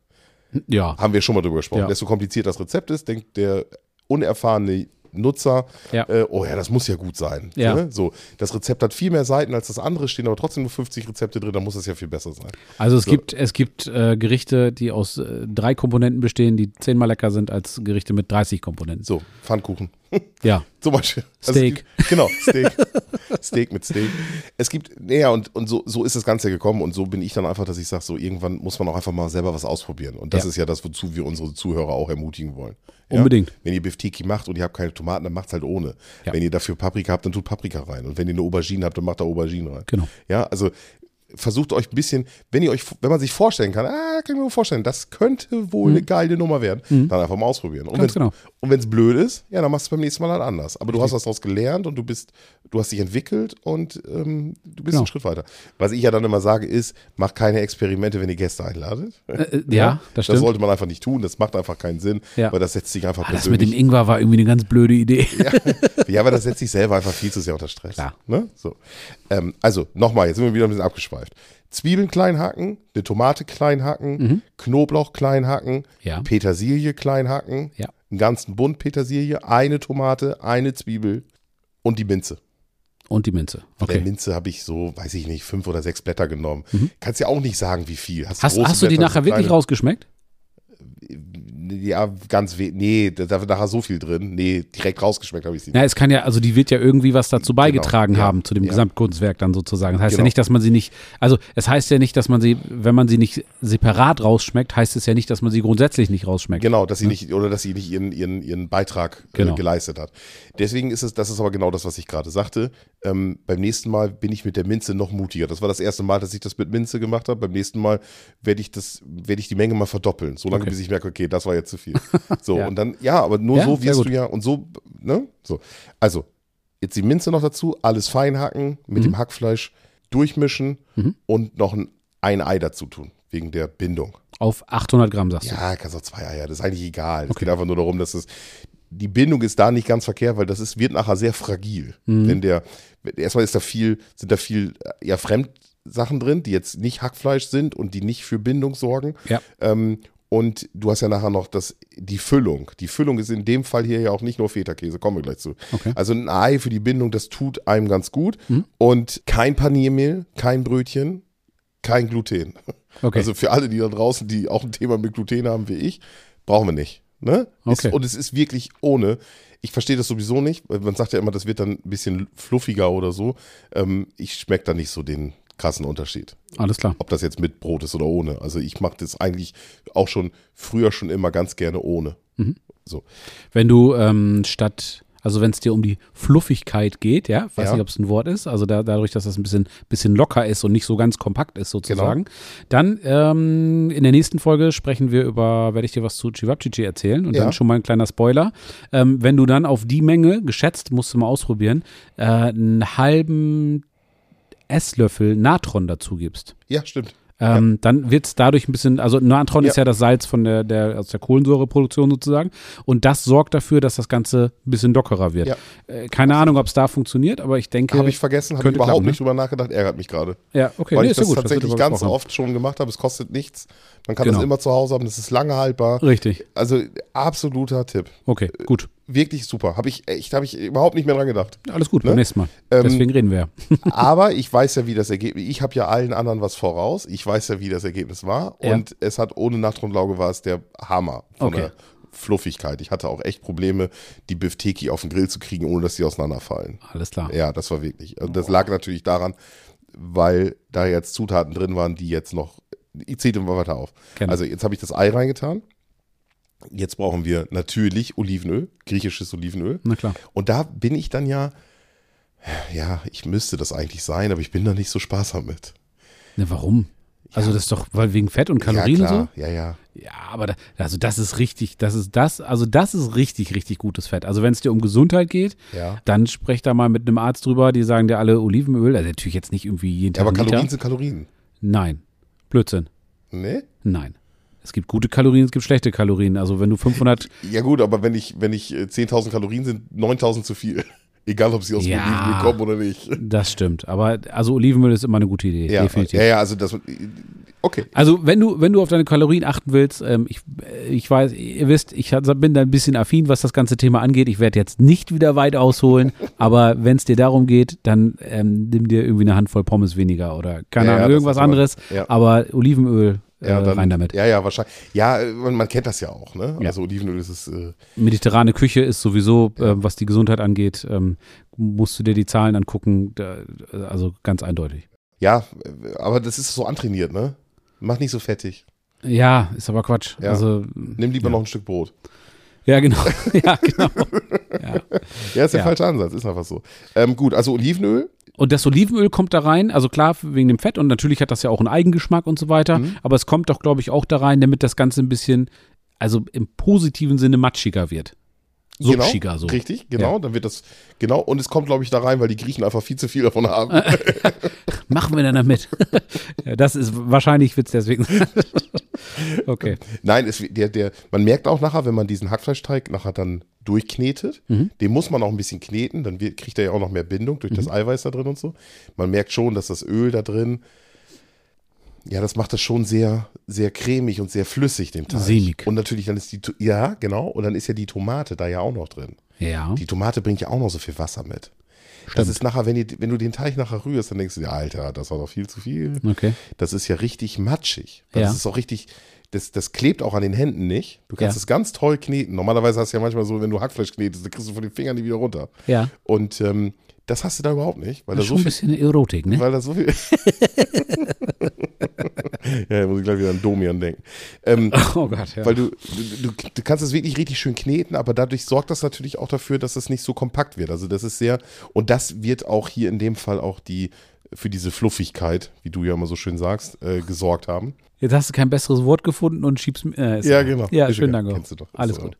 A: Ja,
B: Haben wir schon mal drüber gesprochen.
A: Ja.
B: Desto kompliziert das Rezept ist, denkt der unerfahrene Nutzer,
A: Ja.
B: äh, oh ja, das muss ja gut sein.
A: Ja.
B: Ne? So, das Rezept hat viel mehr Seiten als das andere, stehen aber trotzdem nur 50 Rezepte drin, da muss das ja viel besser sein.
A: also es
B: So.
A: gibt, es gibt äh, Gerichte, die aus äh, drei Komponenten bestehen, die zehnmal lecker sind, als Gerichte mit 30 Komponenten.
B: So, Pfannkuchen.
A: Ja,
B: Zum Beispiel.
A: Steak.
B: es gibt, genau,
A: *laughs*
B: Steak. Steak mit Steak. Es gibt, naja, und, und so, so ist das Ganze gekommen und so bin ich dann einfach, dass ich sage, so irgendwann muss man auch einfach mal selber was ausprobieren. Und das
A: Ja.
B: ist ja das, wozu wir unsere Zuhörer auch ermutigen wollen. Ja?
A: Unbedingt.
B: Wenn ihr Bifteki macht und ihr habt keine Tomaten, dann macht's halt ohne.
A: Ja.
B: Wenn ihr dafür Paprika habt, dann tut Paprika rein. Und wenn ihr eine Aubergine habt, dann macht da Aubergine rein.
A: Genau.
B: Ja, also versucht euch ein bisschen, wenn ihr euch, wenn man sich vorstellen kann, ah, kann ich mir wohl vorstellen, das könnte wohl eine geile Nummer werden, dann einfach mal ausprobieren. Und
A: Mhm. Ganz
B: wenn's-
A: genau.
B: und wenn es blöd ist, ja, dann machst du es beim nächsten Mal halt anders. Aber du hast was daraus gelernt und du bist, du hast dich entwickelt und ähm, du bist
A: Genau.
B: einen Schritt weiter. Was ich ja dann immer sage, ist, mach keine Experimente, wenn ihr Gäste einladet.
A: äh, ja, das
B: Das
A: stimmt.
B: sollte man einfach nicht tun, das macht einfach keinen Sinn,
A: Ja.
B: weil das setzt sich einfach
A: Ah, das mit dem
B: persönlich.
A: Ingwer war irgendwie eine ganz blöde Idee.
B: ja, aber das setzt sich selber einfach viel zu sehr unter Stress.
A: Klar.
B: Ne? So. Ähm, also, nochmal, jetzt sind wir wieder ein bisschen abgeschweift. Zwiebeln klein hacken, eine Tomate klein hacken,
A: Mhm.
B: Knoblauch klein hacken,
A: *laughs* Ja.
B: Petersilie klein hacken,
A: Ja.
B: einen ganzen Bund Petersilie, eine Tomate, eine Zwiebel und die Minze.
A: Und die Minze.
B: Von Der
A: Okay. Mhm.
B: Minze habe ich so, weiß ich nicht, fünf oder sechs Blätter genommen. Kannst ja auch nicht sagen, wie viel.
A: Hast,
B: große
A: hast du die
B: Blätter,
A: nachher
B: so
A: wirklich
B: kleine?
A: rausgeschmeckt?
B: Ja, ganz wenig. Nee, da da war nachher so viel drin. Nee, direkt rausgeschmeckt habe ich sie nicht.
A: Na, es kann ja, also die wird ja irgendwie was dazu beigetragen
B: Genau. ja,
A: haben, zu dem
B: ja.
A: Gesamtkunstwerk dann sozusagen. Das heißt ja
B: Genau.
A: nicht, dass man sie nicht, also es heißt ja nicht, dass man sie, wenn man sie nicht separat rausschmeckt, heißt es ja nicht, dass man sie grundsätzlich nicht rausschmeckt.
B: Genau, dass sie nicht, oder dass sie nicht ihren, ihren, ihren Beitrag
A: Ne? Genau.
B: äh, geleistet hat. Deswegen ist es, das ist aber genau das, was ich gerade sagte. Ähm, beim nächsten Mal bin ich mit der Minze noch mutiger. Das war das erste Mal, dass ich das mit Minze gemacht habe. Beim nächsten Mal werde ich das, werde ich die Menge mal verdoppeln. So lange,
A: Okay.
B: bis ich merke, okay, das war jetzt
A: *laughs*
B: zu viel. So,
A: Ja.
B: und dann, ja, aber nur
A: Ja,
B: so
A: sehr
B: wirst
A: gut.
B: du ja, und so, ne? So. Also, jetzt die Minze noch dazu, alles fein hacken, mit
A: Mhm.
B: dem Hackfleisch durchmischen und noch ein, ein Ei dazu tun, wegen der Bindung.
A: Auf 800 Gramm sagst
B: Ja, kannst auch zwei Eier, das ist eigentlich egal. Es geht einfach nur darum, dass es. Die Bindung ist da nicht ganz verkehrt, weil das ist, wird nachher sehr fragil.
A: Mhm.
B: Wenn der, erstmal ist da viel, sind da viel äh, ja, Fremdsachen drin, die jetzt nicht Hackfleisch sind und die nicht für Bindung sorgen.
A: du. Ja.
B: Ähm, und du hast ja nachher noch das, die Füllung. Die Füllung ist in dem Fall hier ja auch nicht nur Feta-Käse, kommen wir gleich zu.
A: Okay. Mhm.
B: Also ein Ei für die Bindung, das tut einem ganz gut. Und kein Paniermehl, kein Brötchen, kein Gluten.
A: Okay.
B: Also für alle, die da draußen, die auch ein Thema mit Gluten haben wie ich, brauchen wir nicht. Ne?
A: Okay.
B: Ist, und es ist wirklich ohne. Ich verstehe das sowieso nicht. weil Man sagt ja immer, das wird dann ein bisschen fluffiger oder so. Ähm, ich schmecke da nicht so den krassen Unterschied
A: Alles klar.
B: ob das jetzt mit Brot ist oder ohne. Also ich mache das eigentlich auch schon früher schon immer ganz gerne ohne.
A: Mhm.
B: So.
A: Wenn du ähm, statt, also wenn es dir um die Fluffigkeit geht, ja, weiß
B: Ja.
A: nicht, ob es ein Wort ist, also da, dadurch, dass das ein bisschen, bisschen locker ist und nicht so ganz kompakt ist sozusagen,
B: Genau.
A: dann ähm, in der nächsten Folge sprechen wir über, werde ich dir was zu Chivapchichi erzählen und
B: Ja.
A: dann schon mal ein kleiner Spoiler. Ähm, wenn du dann auf die Menge, geschätzt, musst du mal ausprobieren, äh, einen halben Esslöffel Natron dazu gibst.
B: Ja, stimmt.
A: Ähm, Dann wird's dadurch ein bisschen, also Natron ist
B: Ja.
A: ja das Salz von der, der, aus der Kohlensäureproduktion sozusagen. Und das sorgt dafür, dass das Ganze ein bisschen lockerer wird.
B: Ja.
A: Äh, keine Ahnung, ob's da funktioniert, aber ich denke.
B: Habe ich vergessen, habe ich
A: Äh, könnte
B: überhaupt
A: klappen, ne?
B: nicht drüber nachgedacht, ärgert mich gerade.
A: Ja, okay,
B: Weil
A: nee,
B: ich
A: ist ja
B: das
A: gut.
B: tatsächlich
A: wird
B: ganz
A: übersprochen.
B: oft schon gemacht habe. Es kostet nichts. Man kann
A: Genau.
B: das immer zu Hause haben. Das ist lange haltbar.
A: Richtig.
B: Also absoluter Tipp.
A: Okay, gut.
B: Wirklich super. Habe ich echt, habe ich überhaupt nicht mehr dran gedacht. *laughs*
A: Alles gut, beim nächsten Mal.
B: Ähm,
A: Deswegen reden wir ja. *laughs*
B: Aber ich weiß ja, wie das Ergebnis, ich habe ja allen anderen was voraus. Ich weiß ja, wie das Ergebnis war.
A: Ja.
B: Und es hat ohne Nachtronlauge war es der Hammer von
A: Okay.
B: der Fluffigkeit. Ich hatte auch echt Probleme, die Bifteki auf den Grill zu kriegen, ohne dass die auseinanderfallen.
A: Alles klar.
B: Ja, das war wirklich. Und
A: Oh.
B: das lag natürlich daran, weil da jetzt Zutaten drin waren, die jetzt noch. Ich zähle immer weiter auf.
A: Genau.
B: Also jetzt habe ich das Ei reingetan. Jetzt brauchen wir natürlich Olivenöl, griechisches Olivenöl.
A: Na klar.
B: Und da bin ich dann ja, ja, ich müsste das eigentlich sein, aber ich bin da nicht so sparsam mit.
A: Ne, warum? Also das ist doch, weil wegen Fett und Kalorien
B: ja,
A: und so?
B: klar. Ja, ja.
A: Ja, aber da, also das ist richtig, das ist das, also das ist richtig, richtig gutes Fett. Also wenn es dir um Gesundheit geht,
B: Ja.
A: dann sprech da mal mit einem Arzt drüber, die sagen dir alle Olivenöl, also natürlich jetzt nicht irgendwie jeden Tag.
B: ja aber
A: einen
B: Kalorien ne?
A: Liter.
B: sind Kalorien.
A: Nein, Blödsinn.
B: Nee?
A: Nein. Es gibt gute Kalorien, es gibt schlechte Kalorien. Also wenn du
B: *laughs*
A: 500,
B: Ja, gut, aber wenn ich, wenn ich äh, 10.000 Kalorien sind, 9.000 zu viel. *laughs* Egal, ob sie aus
A: Ja.
B: Bolivien kommen oder nicht.
A: das stimmt. Aber also Olivenöl ist immer eine gute Idee,
B: Ja,
A: definitiv.
B: ja, ja, also das. Okay.
A: Also wenn du, wenn du auf deine Kalorien achten willst, ähm, ich, äh, ich weiß, ihr wisst, ich hat- bin da ein bisschen affin, was das ganze Thema angeht. Ich werde jetzt nicht wieder weit
B: *laughs*
A: ausholen, aber wenn es dir darum geht, dann ähm, nimm dir irgendwie eine Handvoll Pommes weniger oder keine
B: Ja, ja,
A: Ahnung,
B: das
A: irgendwas
B: ist aber-
A: anderes.
B: ja.
A: Aber Olivenöl äh,
B: Ja, dann,
A: rein damit.
B: ja, ja, wahrscheinlich. Ja, äh, man, man kennt das ja auch, ne?
A: Ja.
B: Also Olivenöl ist es. Äh,
A: Mediterrane Küche ist sowieso, ähm, was die Gesundheit angeht, ähm, musst du dir die Zahlen angucken, da, also ganz eindeutig.
B: ja, äh, aber das ist so antrainiert, ne? Mach nicht so fettig.
A: Ja, ist aber Quatsch.
B: Ja.
A: Also,
B: Nimm lieber noch ein Stück Brot.
A: ja, genau. *laughs* ja, genau. Ja.
B: Ja, ist der
A: Ja.
B: falsche Ansatz, ist einfach so. Ähm, gut, also Olivenöl.
A: Und das Olivenöl kommt da rein, also klar, wegen dem Fett und natürlich hat das ja auch einen Eigengeschmack und so weiter, aber es kommt doch, glaube ich, auch da rein, damit das Ganze ein bisschen, also im positiven Sinne matschiger wird. Subschiger
B: genau,
A: so.
B: Richtig, genau. Dann wird das, genau. Und es kommt, glaube ich, da rein, weil die Griechen einfach viel zu viel davon haben.
A: Machen wir dann damit. *laughs* ja, das ist wahrscheinlich Witz deswegen. *laughs* okay.
B: Nein, es, der, der, man merkt auch nachher, wenn man diesen Hackfleischteig nachher dann durchknetet, den muss man auch ein bisschen kneten, dann wird, kriegt er ja auch noch mehr Bindung durch das Eiweiß da drin und so. Man merkt schon, dass das Öl da drin, ja, das macht das schon sehr, sehr cremig und sehr flüssig, den Teig.
A: Sämig.
B: Und natürlich dann ist die, To- ja, genau, und dann ist ja die Tomate da ja auch noch drin.
A: Ja.
B: Die Tomate bringt ja auch noch so viel Wasser mit. Das ist nachher, wenn, die, wenn du den Teig nachher rührst, dann denkst du dir, Alter, das war doch viel zu viel.
A: Okay.
B: Das ist ja richtig matschig. Also Das
A: Ja.
B: ist auch richtig, das, das klebt auch an den Händen nicht. Du kannst
A: Ja.
B: es ganz toll kneten. Normalerweise hast du ja manchmal so, wenn du Hackfleisch knetest, dann kriegst du von den Fingern die wieder runter.
A: Ja.
B: Und ähm, das hast du da überhaupt nicht, weil da
A: Das ist schon
B: so
A: ein
B: viel.
A: bisschen eine Erotik, ne?
B: Weil da so viel. *laughs* ja, da muss ich gleich wieder an Domian denken. Ähm,
A: *laughs* Oh Gott, ja.
B: Weil du, du, du- du kannst es wirklich richtig schön kneten, aber dadurch sorgt das natürlich auch dafür, dass es nicht so kompakt wird. Also das ist sehr, und das wird auch hier in dem Fall auch die, für diese Fluffigkeit, wie du ja immer so schön sagst, äh, gesorgt haben.
A: Jetzt hast du kein besseres Wort gefunden und schiebst mir. Äh, ist
B: Ja,
A: egal.
B: genau.
A: Ja,
B: Ist
A: schön,
B: egal.
A: danke.
B: Kennst du doch.
A: Alles
B: So.
A: gut.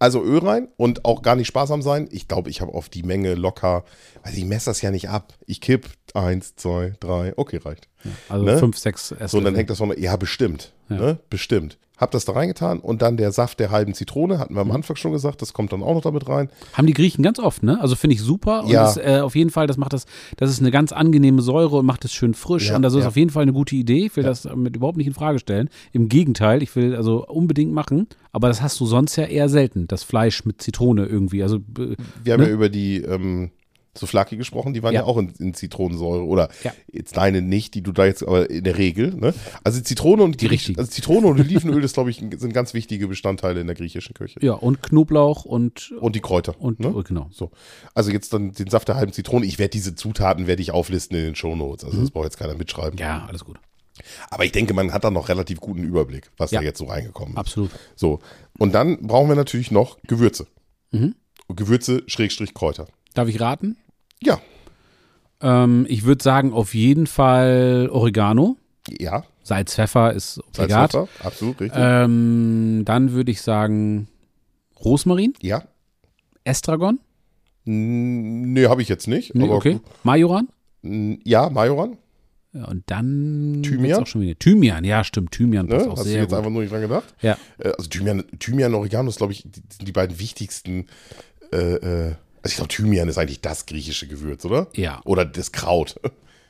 B: Also Öl rein und auch gar nicht sparsam sein. Ich glaube, ich habe auf die Menge locker, also ich messe das ja nicht ab. Ich kipp eins, zwei, drei, okay, reicht.
A: Also
B: Ne?
A: fünf, sechs Esslöffel.
B: So, und dann hängt das von, ja, bestimmt. Ne? Bestimmt. Hab das da reingetan und dann der Saft der halben Zitrone, hatten wir
A: Mhm.
B: am Anfang schon gesagt, das kommt dann auch noch damit rein.
A: Haben die Griechen ganz oft, ne? Also finde ich super. Und
B: Ja.
A: das, äh, auf jeden Fall, das macht das, das ist eine ganz angenehme Säure und macht es schön frisch.
B: Ja,
A: und das ist
B: ja.
A: auf jeden Fall eine gute Idee. Ich will das damit überhaupt nicht in Frage stellen. Im Gegenteil, ich will also unbedingt machen. Aber das hast du sonst ja eher selten, das Fleisch mit Zitrone irgendwie. Also äh,
B: Wir haben ja über die ähm, Souflaki gesprochen, die waren ja,
A: Ja.
B: auch in, in Zitronensäure oder
A: Ja.
B: jetzt deine nicht, die du da jetzt, aber in der Regel. Ne? Also Zitrone und
A: Die richtigen.
B: Also Zitrone und Olivenöl, das glaube ich, sind ganz wichtige Bestandteile in der griechischen Küche.
A: ja, und Knoblauch und,
B: Und die Kräuter.
A: und
B: ne?
A: genau.
B: So. Also jetzt dann den Saft der halben Zitrone. Ich werde diese Zutaten werde ich auflisten in den Shownotes. Also das
A: Mhm.
B: braucht jetzt keiner mitschreiben.
A: Ja, alles gut.
B: Aber ich denke, man hat da noch relativ guten Überblick, was
A: Ja.
B: da jetzt so reingekommen ist.
A: Absolut.
B: So. Und dann brauchen wir natürlich noch Gewürze.
A: Mhm.
B: Und Gewürze, Schrägstrich, Kräuter.
A: Darf ich raten?
B: Ja.
A: Ähm, ich würde sagen, auf jeden Fall Oregano.
B: Ja.
A: Salz, Pfeffer ist obligat.
B: Salzwasser, absolut richtig.
A: Ähm, dann würde ich sagen Rosmarin,
B: ja.
A: Estragon.
B: N- Nee, habe ich jetzt nicht.
A: Nee,
B: aber
A: okay. Majoran.
B: n- Ja, Majoran.
A: Ja, Und dann
B: Thymian?
A: wird's Auch schon wieder. Thymian, ja, stimmt. Thymian
B: Ne?
A: passt auch
B: Hast du
A: sehr
B: jetzt
A: gut.
B: einfach nur nicht dran gedacht?
A: Ja.
B: Äh, Also Thymian, Thymian und Oregano ist, glaube ich, die, sind die beiden wichtigsten. Äh, äh, also ich glaube, Thymian ist eigentlich das griechische Gewürz, oder?
A: Ja.
B: Oder das Kraut.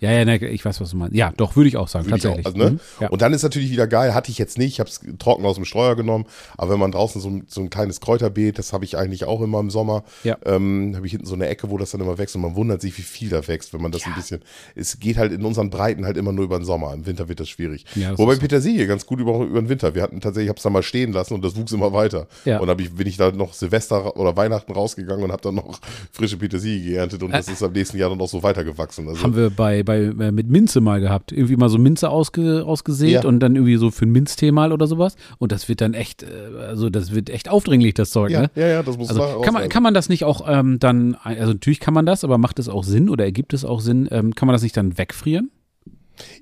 A: ja, ja, ne, ich weiß, was du meinst. Ja, doch, würde ich auch sagen,
B: Würde ich auch,
A: tatsächlich.
B: also, ne?
A: Mhm, ja.
B: Und dann ist natürlich wieder geil, hatte ich jetzt nicht, ich habe es trocken aus dem Streuer genommen, aber wenn man draußen so, ein- so ein kleines Kräuterbeet, das habe ich eigentlich auch immer im Sommer,
A: Ja.
B: ähm, habe ich hinten so eine Ecke, wo das dann immer wächst und man wundert sich, wie viel da wächst, wenn man das ein bisschen, es geht halt in unseren Breiten halt immer nur über den Sommer, im Winter wird das schwierig.
A: Ja, das
B: Wobei
A: ist so.
B: Petersilie ganz gut über, über den Winter, wir hatten tatsächlich, ich habe es da mal stehen lassen und das wuchs immer weiter.
A: Ja.
B: Und dann ich, bin ich da noch Silvester ra- oder Weihnachten rausgegangen und habe dann noch frische Petersilie geerntet und das ist am nächsten Jahr dann auch so weitergewachsen. Also,
A: Haben wir bei, bei äh, mit Minze mal gehabt. Irgendwie mal so Minze ausge, ausgesät
B: Ja.
A: und dann irgendwie so für einen Minztee mal oder sowas. Und das wird dann echt, äh, also das wird echt aufdringlich, das Zeug,
B: ja,
A: ne?
B: ja, ja, das muss nachher
A: Also kann man,
B: raus.
A: kann man das nicht auch ähm, dann, ein- also natürlich kann man das, aber macht es auch Sinn oder ergibt es auch Sinn, ähm, kann man das nicht dann wegfrieren?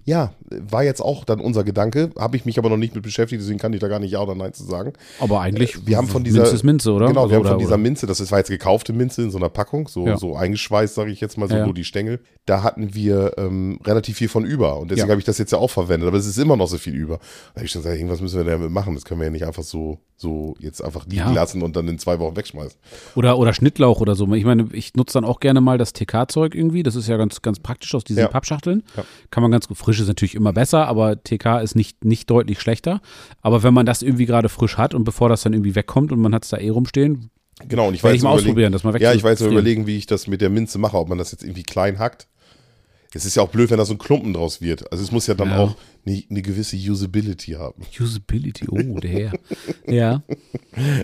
B: Ja, war jetzt auch dann unser Gedanke, habe ich mich aber noch nicht mit beschäftigt, deswegen kann ich da gar nicht Ja oder Nein zu sagen.
A: Aber eigentlich,
B: Äh, wir haben von dieser-
A: Minze ist Minze, oder?
B: Genau,
A: Also,
B: wir haben
A: oder,
B: von dieser
A: oder.
B: Minze, das ist- war jetzt gekaufte Minze in so einer Packung, so,
A: Ja.
B: so eingeschweißt, sage ich jetzt mal, so
A: Ja, ja.
B: nur die Stängel. Da hatten wir ähm, relativ viel von über und deswegen
A: Ja.
B: habe ich das jetzt ja auch verwendet, aber es ist immer noch so viel über. Da habe ich schon gesagt, irgendwas müssen wir damit machen, das können wir ja nicht einfach so, so jetzt einfach liegen
A: Ja.
B: lassen und dann in zwei Wochen wegschmeißen.
A: Oder, oder Schnittlauch oder so. Ich meine, ich nutze dann auch gerne mal das TK-Zeug irgendwie. Das ist ja ganz, ganz praktisch aus diesen
B: Ja.
A: Pappschachteln.
B: Ja.
A: Kann man ganz gut. Frisch ist natürlich immer besser, aber TK ist nicht, nicht deutlich schlechter. Aber wenn man das irgendwie gerade frisch hat und bevor das dann irgendwie wegkommt und man hat es da eh rumstehen,
B: Genau, und ich
A: werde
B: weiß
A: ich mal ausprobieren, das mal
B: Ja, ich weiß
A: wegzufrieren.
B: überlegen, wie ich das mit der Minze mache, ob man das jetzt irgendwie klein hackt. Es ist ja auch blöd, wenn da so ein Klumpen draus wird. Also es muss ja dann
A: Ja.
B: auch eine eine gewisse Usability haben. *laughs*
A: Usability, oh, der Herr. ja.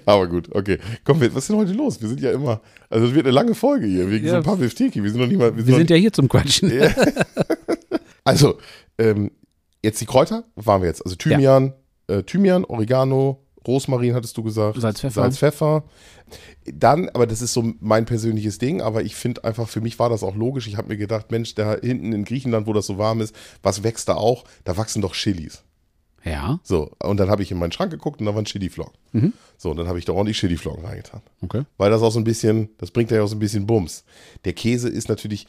B: Aber gut, okay. Komm, wir- was ist denn heute los? Wir sind ja immer, also es wird eine lange Folge hier, wegen
A: Ja.
B: so ein paar Wiftiki. Wir sind noch nicht mal, wir sind
A: Wir
B: noch
A: sind
B: nicht,
A: ja hier zum Quatschen.
B: also, ähm, jetzt die Kräuter waren wir jetzt. Also Thymian, äh, Thymian, Oregano, Rosmarin hattest du gesagt.
A: Salz, Pfeffer.
B: Salz, Pfeffer. Dann, aber das ist so mein persönliches Ding, aber ich finde einfach, für mich war das auch logisch. Ich habe mir gedacht, Mensch, da hinten in Griechenland, wo das so warm ist, was wächst da auch? Da wachsen doch Chilis.
A: Ja,
B: So, und dann habe ich in meinen Schrank geguckt und da waren Chili-Flocken.
A: Mhm.
B: So, und dann habe ich da ordentlich Chili-Flocken reingetan.
A: okay.
B: Weil das auch so ein bisschen, das bringt ja auch so ein bisschen Bums. Der Käse ist natürlich,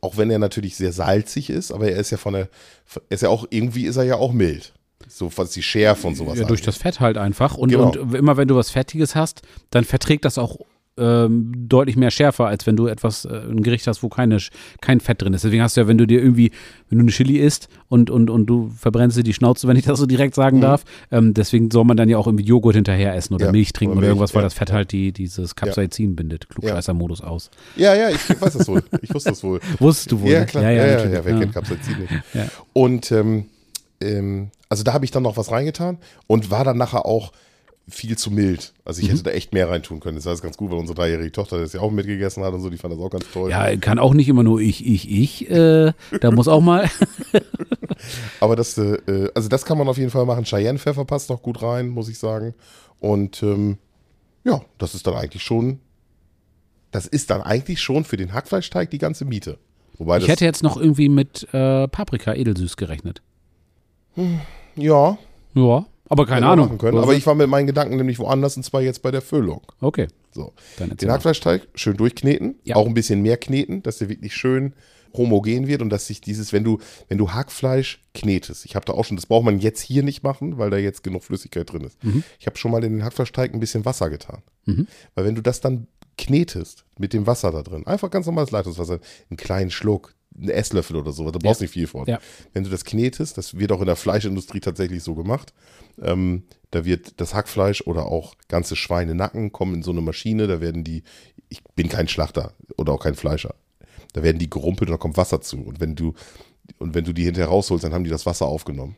B: auch wenn er natürlich sehr salzig ist, aber er ist ja von der, er ist ja auch, irgendwie ist er ja auch mild. So was die Schärfe und sowas.
A: Ja, durch
B: angeht.
A: das Fett halt einfach. Und,
B: Genau.
A: und immer wenn du was Fettiges hast, dann verträgt das auch ähm, deutlich mehr Schärfe, als wenn du etwas, äh, ein Gericht hast, wo keine, Sch- kein Fett drin ist. Deswegen hast du ja, wenn du dir irgendwie, wenn du eine Chili isst und, und, und du verbrennst dir die Schnauze, *laughs* wenn ich das so direkt sagen darf, ähm, deswegen soll man dann ja auch irgendwie Joghurt hinterher essen oder
B: Mhm. Ja,
A: Milch trinken
B: oder
A: oder,
B: Milch,
A: irgendwas, weil
B: ja.
A: das Fett halt die, dieses Capsaicin bindet. Klugscheißer-Modus aus.
B: ja, ja, ich weiß das wohl. Ich wusste das wohl.
A: *laughs* Wusstest du wohl?
B: Ja,
A: ne?
B: klar. Ja, ja, ja,
A: natürlich.
B: wer kennt
A: Ja.
B: Capsaicin nicht.
A: *laughs* Ja.
B: Und ähm, ähm, also da habe ich dann noch was reingetan und war dann nachher auch viel zu mild. Also
A: Mhm.
B: ich hätte da echt mehr reintun können. Das war jetzt ganz gut, weil unsere dreijährige Tochter das ja auch mitgegessen hat und so, die fand das auch ganz toll.
A: ja, kann auch nicht immer nur ich, ich, ich. Äh, da muss auch mal.
B: Aber das, äh, äh, also das kann man auf jeden Fall machen. Cheyenne-Pfeffer passt noch gut rein, muss ich sagen. Und ähm, ja, das ist dann eigentlich schon, das ist dann eigentlich schon für den Hackfleischteig die ganze Miete. Wobei
A: Ich
B: das,
A: hätte jetzt noch irgendwie mit äh, Paprika edelsüß gerechnet.
B: ja,
A: Ja, aber keine
B: hätte man
A: Ahnung. Also
B: machen können.
A: Oder
B: Aber
A: so.
B: ich war mit meinen Gedanken nämlich woanders und zwar jetzt bei der Füllung.
A: okay,
B: So,
A: dann
B: den
A: erzähl mal.
B: Hackfleischteig schön durchkneten,
A: Genau. Ja.
B: auch ein bisschen mehr kneten, dass der wirklich schön homogen wird und dass sich dieses, wenn du, wenn du Hackfleisch knetest, ich habe da auch schon, das braucht man jetzt hier nicht machen, weil da jetzt genug Flüssigkeit drin ist. Ich habe schon mal in den Hackfleischteig ein bisschen Wasser getan.
A: Mhm.
B: Weil wenn du das dann knetest mit dem Wasser da drin, einfach ganz normales Leitungswasser, einen kleinen Schluck, einen Esslöffel oder so, da brauchst du nicht viel von.
A: Ja.
B: Wenn du das knetest, das wird auch in der Fleischindustrie tatsächlich so gemacht, ähm, da wird das Hackfleisch oder auch ganze Schweinenacken kommen in so eine Maschine, da werden die, ich bin kein Schlachter oder auch kein Fleischer, da werden die gerumpelt und da kommt Wasser zu. Und wenn du, und wenn du die hinterher rausholst, dann haben die das Wasser aufgenommen.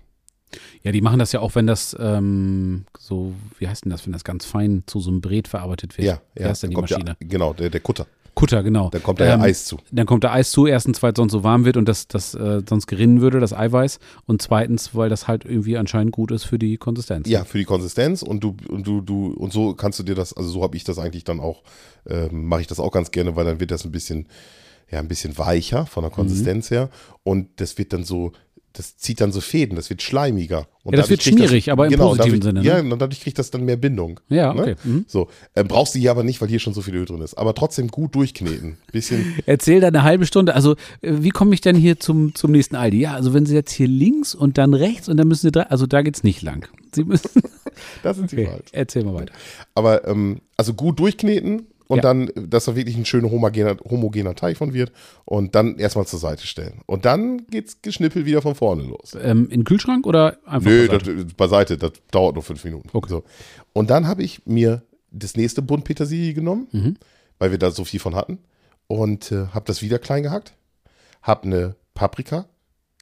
A: Ja, die machen das ja auch, wenn das ähm, so, wie heißt denn das, wenn das ganz fein zu so einem Brett verarbeitet wird.
B: Ja,
A: Wie heißt denn die
B: kommt
A: Maschine?
B: Der, genau, der, der Kutter.
A: Kutter, genau.
B: Dann kommt da ja
A: Ähm,
B: Eis zu.
A: Dann kommt da Eis zu, erstens, weil es sonst so warm wird und das, das äh, sonst gerinnen würde, das Eiweiß. Und zweitens, weil das halt irgendwie anscheinend gut ist für die Konsistenz.
B: Ja, für die Konsistenz und du und du du und so kannst du dir das, also so habe ich das eigentlich dann auch, ähm, mache ich das auch ganz gerne, weil dann wird das ein bisschen ja ein bisschen weicher von der
A: Mhm.
B: Konsistenz her und das wird dann so, das zieht dann so Fäden, das wird schleimiger. Und
A: Ja, das wird
B: dadurch kriegt
A: schmierig, aber im positiven
B: dadurch,
A: Sinne, ne?
B: Ja, Genau, und dadurch kriegt das dann mehr Bindung. ne?
A: Ja, okay, mhm.
B: So äh, brauchst du hier aber nicht, weil hier schon so viel Öl drin ist. Aber trotzdem gut durchkneten, bisschen. *laughs*
A: Erzähl da eine halbe Stunde. Also, äh, wie komme ich denn hier zum, zum nächsten Aldi? Ja, also, wenn Sie jetzt hier links und dann rechts und dann müssen Sie drei, also da geht's nicht lang. Sie müssen.
B: Das sind sie
A: Okay,
B: falsch.
A: *laughs* erzähl mal weiter.
B: Aber ähm, also gut durchkneten und
A: Ja.
B: dann, dass da wirklich ein schöner homogener, homogener Teig von wird und dann erstmal zur Seite stellen. Und dann geht's geschnippelt wieder von vorne los.
A: Ähm, in den Kühlschrank oder einfach?
B: Nö,
A: beiseite?
B: das, äh, beiseite, das dauert nur fünf Minuten.
A: Okay.
B: So. Und dann habe ich mir das nächste Bund Petersilie genommen,
A: Mhm.
B: weil wir da so viel von hatten und äh, habe das wieder klein gehackt, habe eine Paprika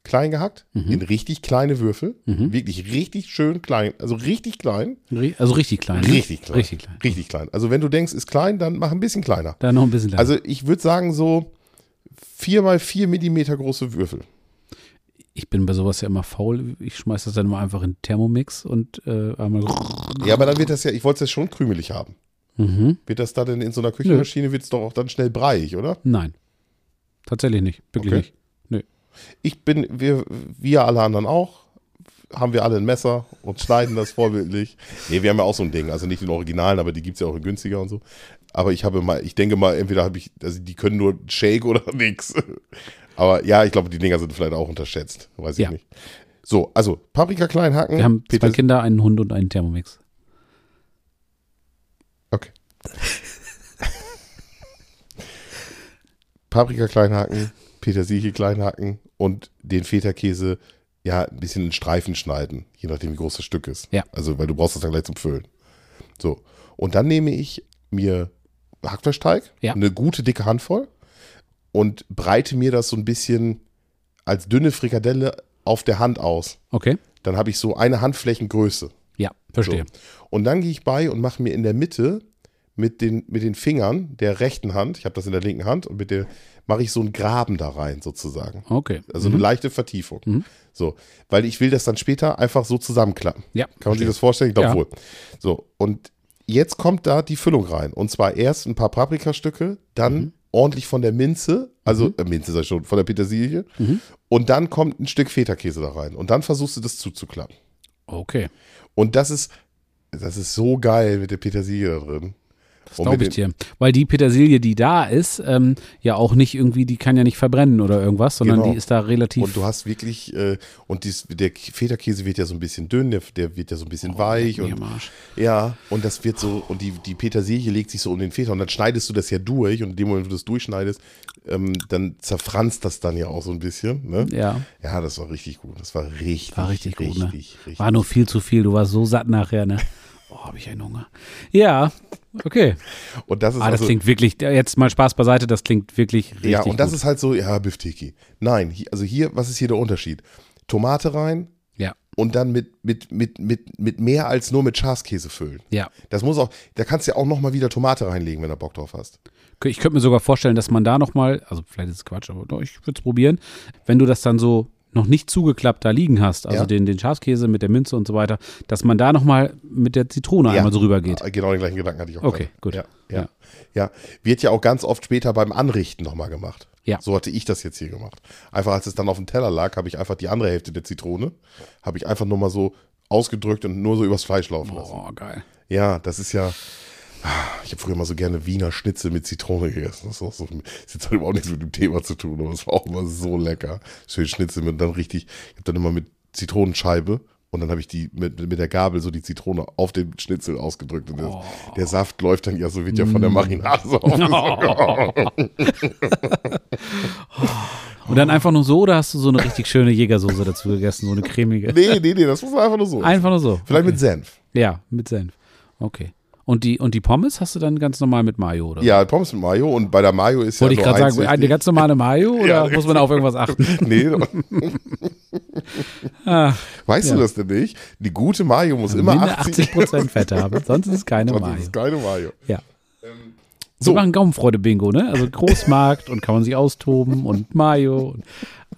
B: klein gehackt,
A: Mhm.
B: in richtig kleine Würfel, wirklich richtig schön klein, also richtig klein,
A: Ri- Also richtig klein. ne?
B: richtig klein,
A: Richtig klein.
B: richtig klein. Also wenn du denkst, ist klein, dann mach ein bisschen kleiner.
A: Da noch ein bisschen lang. Also,
B: Also ich würde sagen so vier mal vier Millimeter große Würfel.
A: ich bin bei sowas ja immer faul. Ich schmeiß das dann mal einfach in den Thermomix und äh, einmal.
B: Ja, aber dann wird das ja, ich wollte es ja schon krümelig haben.
A: Mhm.
B: Wird das da denn in so einer Küchenmaschine, wird es doch auch dann schnell breiig, oder?
A: Nein. Tatsächlich nicht. Wirklich
B: Okay.
A: nicht. Nö.
B: Ich bin, wir, wir alle anderen auch, haben wir alle ein Messer und schneiden das vorbildlich. Nee, wir haben ja auch so ein Ding, also nicht den Originalen, aber die gibt es ja auch in günstiger und so. Aber ich habe mal, ich denke mal, entweder habe ich, also die können nur Shake oder *laughs* nix. Aber ja, ich glaube, die Dinger sind vielleicht auch unterschätzt. Weiß ich
A: Ja.
B: nicht. So, also Paprika klein hacken.
A: Wir haben zwei
B: Peter-
A: Kinder, einen Hund und einen Thermomix.
B: Okay. Paprika klein hacken, Petersilie klein hacken und den Feta-Käse ja ein bisschen in Streifen schneiden, je nachdem wie groß das Stück ist.
A: Ja.
B: Also, weil du brauchst das dann gleich zum Füllen. So. Und dann nehme ich mir Hackfleischteig,
A: Ja.
B: eine gute dicke Handvoll und breite mir das so ein bisschen als dünne Frikadelle auf der Hand aus.
A: Okay.
B: Dann habe ich so eine Handflächengröße.
A: Ja, verstehe.
B: So. Und dann gehe ich bei und mache mir in der Mitte mit den, mit den Fingern der rechten Hand, ich habe das in der linken Hand, und mit der mache ich so einen Graben da rein sozusagen.
A: Okay.
B: Also eine leichte Vertiefung.
A: Mhm.
B: So, weil ich will das dann später einfach so zusammenklappen.
A: Ja,
B: Kann man sich das vorstellen? Ich glaube
A: Ja.
B: wohl. So, und jetzt kommt da die Füllung rein. Und zwar erst ein paar Paprikastücke, dann
A: Mhm.
B: ordentlich von der Minze, also äh, Minze sei schon, von der Petersilie.
A: Mhm.
B: Und dann kommt ein Stück Feta-Käse da rein. Und dann versuchst du das zuzuklappen.
A: Okay.
B: Und das ist, das ist so geil mit der Petersilie da drin.
A: Das
B: Und
A: glaube ich
B: mit
A: dir. Weil die Petersilie, die da ist, ähm, ja auch nicht irgendwie, die kann ja nicht verbrennen oder irgendwas, sondern
B: Genau.
A: die ist da relativ.
B: Und du hast wirklich, äh, und dies, der Federkäse wird ja so ein bisschen dünn, der, der wird ja so ein
A: Oh,
B: bisschen weich.
A: mir am
B: Und,
A: Arsch.
B: ja, und das wird so, und die, die Petersilie legt sich so um den Feta und dann schneidest du das ja durch. Und in dem Moment, wo du das durchschneidest, ähm, dann zerfranst das dann ja auch so ein bisschen. Ne?
A: ja,
B: Ja, das war richtig gut. Das war richtig,
A: war richtig, gut, ne?
B: richtig, richtig.
A: War nur viel zu viel, du warst so satt nachher, ne? Oh, habe ich einen Hunger. Ja, okay.
B: Und das ist
A: Ah, das
B: also,
A: klingt wirklich, jetzt mal Spaß beiseite, das klingt wirklich richtig.
B: Ja, und das
A: gut.
B: ist halt so, ja, Bifteki. Nein, hi- also hier, was ist hier der Unterschied? Tomate rein
A: Ja,
B: und dann mit, mit, mit, mit, mit mehr als nur mit Schafskäse füllen.
A: ja.
B: Das muss auch, da kannst du ja auch nochmal wieder Tomate reinlegen, wenn du Bock drauf hast.
A: Ich könnte mir sogar vorstellen, dass man da nochmal, also vielleicht ist es Quatsch, aber doch, ich würde es probieren, wenn du das dann so noch nicht zugeklappt da liegen hast, also
B: Ja.
A: den, den Schafskäse mit der Minze und so weiter, dass man da nochmal mit der Zitrone
B: Ja.
A: einmal so rübergeht.
B: Ah, Genau den gleichen Gedanken hatte ich auch.
A: Okay,
B: gerade.
A: gut.
B: Ja, ja,
A: Ja.
B: ja. Wird ja auch ganz oft später beim Anrichten nochmal gemacht.
A: Ja.
B: So hatte ich das jetzt hier gemacht. Einfach als es dann auf dem Teller lag, habe ich einfach die andere Hälfte der Zitrone, habe ich einfach nochmal so ausgedrückt und nur so übers Fleisch laufen lassen.
A: Boah, Oh, geil.
B: Ja, das ist ja. ah, Ich habe früher mal so gerne Wiener Schnitzel mit Zitrone gegessen. Das, ist auch so, das jetzt hat überhaupt nichts mit dem Thema zu tun, aber es war auch immer so lecker. Schön Schnitzel mit dann richtig. Ich habe dann immer mit Zitronenscheibe und dann habe ich die mit, mit der Gabel so die Zitrone auf dem Schnitzel ausgedrückt. Und der,
A: Oh.
B: der Saft läuft dann ja so, wird ja von der
A: Mm.
B: Marinade
A: *laughs*
B: so auf.
A: Oh. Und dann einfach nur so oder hast du so eine richtig schöne Jägersoße dazu gegessen, so eine cremige?
B: Nee, nee, nee, das muss man einfach nur so. essen.
A: Einfach nur so.
B: Vielleicht mit Senf.
A: Ja, mit Senf. Okay. Und die, und die Pommes hast du dann ganz normal mit Mayo, oder?
B: Ja, Pommes mit Mayo und bei der Mayo ist
A: Wollte
B: ja
A: ich
B: nur
A: gerade
B: eins
A: sagen, eine
B: wichtig.
A: ganz normale Mayo oder
B: *laughs* Ja,
A: muss man auf irgendwas achten?
B: Nee. weißt du das denn nicht? Die gute Mayo muss *laughs* immer
A: Mindestens
B: 80,
A: 80% Fett haben, sonst ist es keine
B: Sonst ist
A: Mayo.
B: es keine Mayo.
A: Ja.
B: so.
A: Wir machen Gaumenfreude-Bingo, ne? Also Großmarkt und kann man sich austoben und Mayo und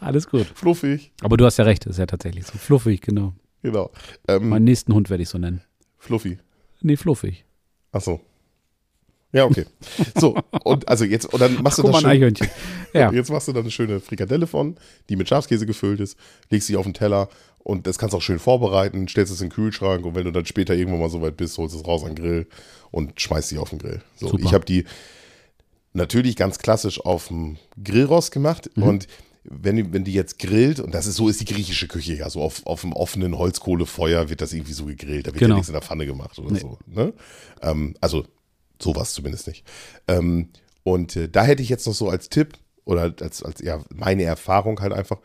A: alles gut.
B: Fluffig,
A: Aber du hast ja recht, ist ja tatsächlich so. Fluffig, genau.
B: genau. Ähm,
A: Meinen nächsten Hund werde ich so nennen.
B: Fluffy.
A: Nee, fluffig.
B: Achso. Ja, okay. So, und also jetzt, und dann machst du
A: Guck mal,
B: das
A: ein
B: schön.
A: Eichhörnchen.
B: *laughs*
A: Ja,
B: Jetzt machst du dann eine schöne Frikadelle von, die mit Schafskäse gefüllt ist, legst sie auf den Teller und das kannst du auch schön vorbereiten, stellst es in den Kühlschrank und wenn du dann später irgendwann mal so weit bist, holst es raus an den Grill und schmeißt sie auf den Grill. So,
A: Super.
B: ich habe die natürlich ganz klassisch auf dem Grillrost gemacht
A: Mhm.
B: und wenn, die- wenn die jetzt grillt, und das ist so ist die griechische Küche ja, so auf, auf dem offenen Holzkohlefeuer wird das irgendwie so gegrillt, da wird
A: Genau.
B: ja nichts in der Pfanne gemacht oder so. Ne? Ähm, also sowas zumindest nicht. Ähm, und äh, da hätte ich jetzt noch so als Tipp oder als, als ja, meine Erfahrung halt einfach,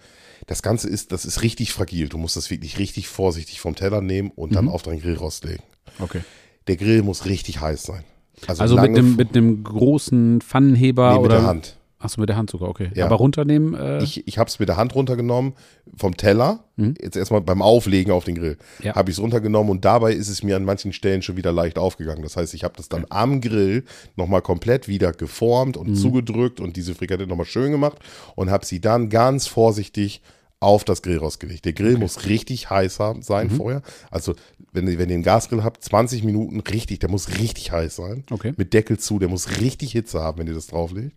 B: das Ganze ist, das ist richtig fragil. Du musst das wirklich richtig vorsichtig vom Teller nehmen und
A: Mhm.
B: dann auf deinen Grill rauslegen.
A: okay.
B: Der Grill muss richtig heiß sein. Also,
A: Also mit
B: lange
A: einem,
B: vor-
A: mit einem großen Pfannenheber
B: nee, mit
A: oder.
B: der Hand.
A: Achso, mit der Hand sogar, okay.
B: Ja.
A: Aber runternehmen. Äh, Mhm.
B: Ich, ich habe es mit der Hand runtergenommen vom Teller. Jetzt erstmal beim Auflegen auf den Grill.
A: Ja.
B: Habe ich es runtergenommen und dabei ist es mir an manchen Stellen schon wieder leicht aufgegangen. Das heißt, ich habe das dann am Grill nochmal komplett wieder geformt
A: Mhm.
B: und zugedrückt und diese Frikadelle nochmal schön gemacht und habe sie dann ganz vorsichtig auf das Grill rausgelegt. Der Grill muss richtig heiß haben, sein
A: Mhm.
B: vorher. Also, wenn, ihr- wenn ihr einen Gasgrill habt, 20 Minuten richtig, der muss richtig heiß sein.
A: Okay.
B: Mit Deckel zu, der muss richtig Hitze haben, wenn ihr das drauflegt.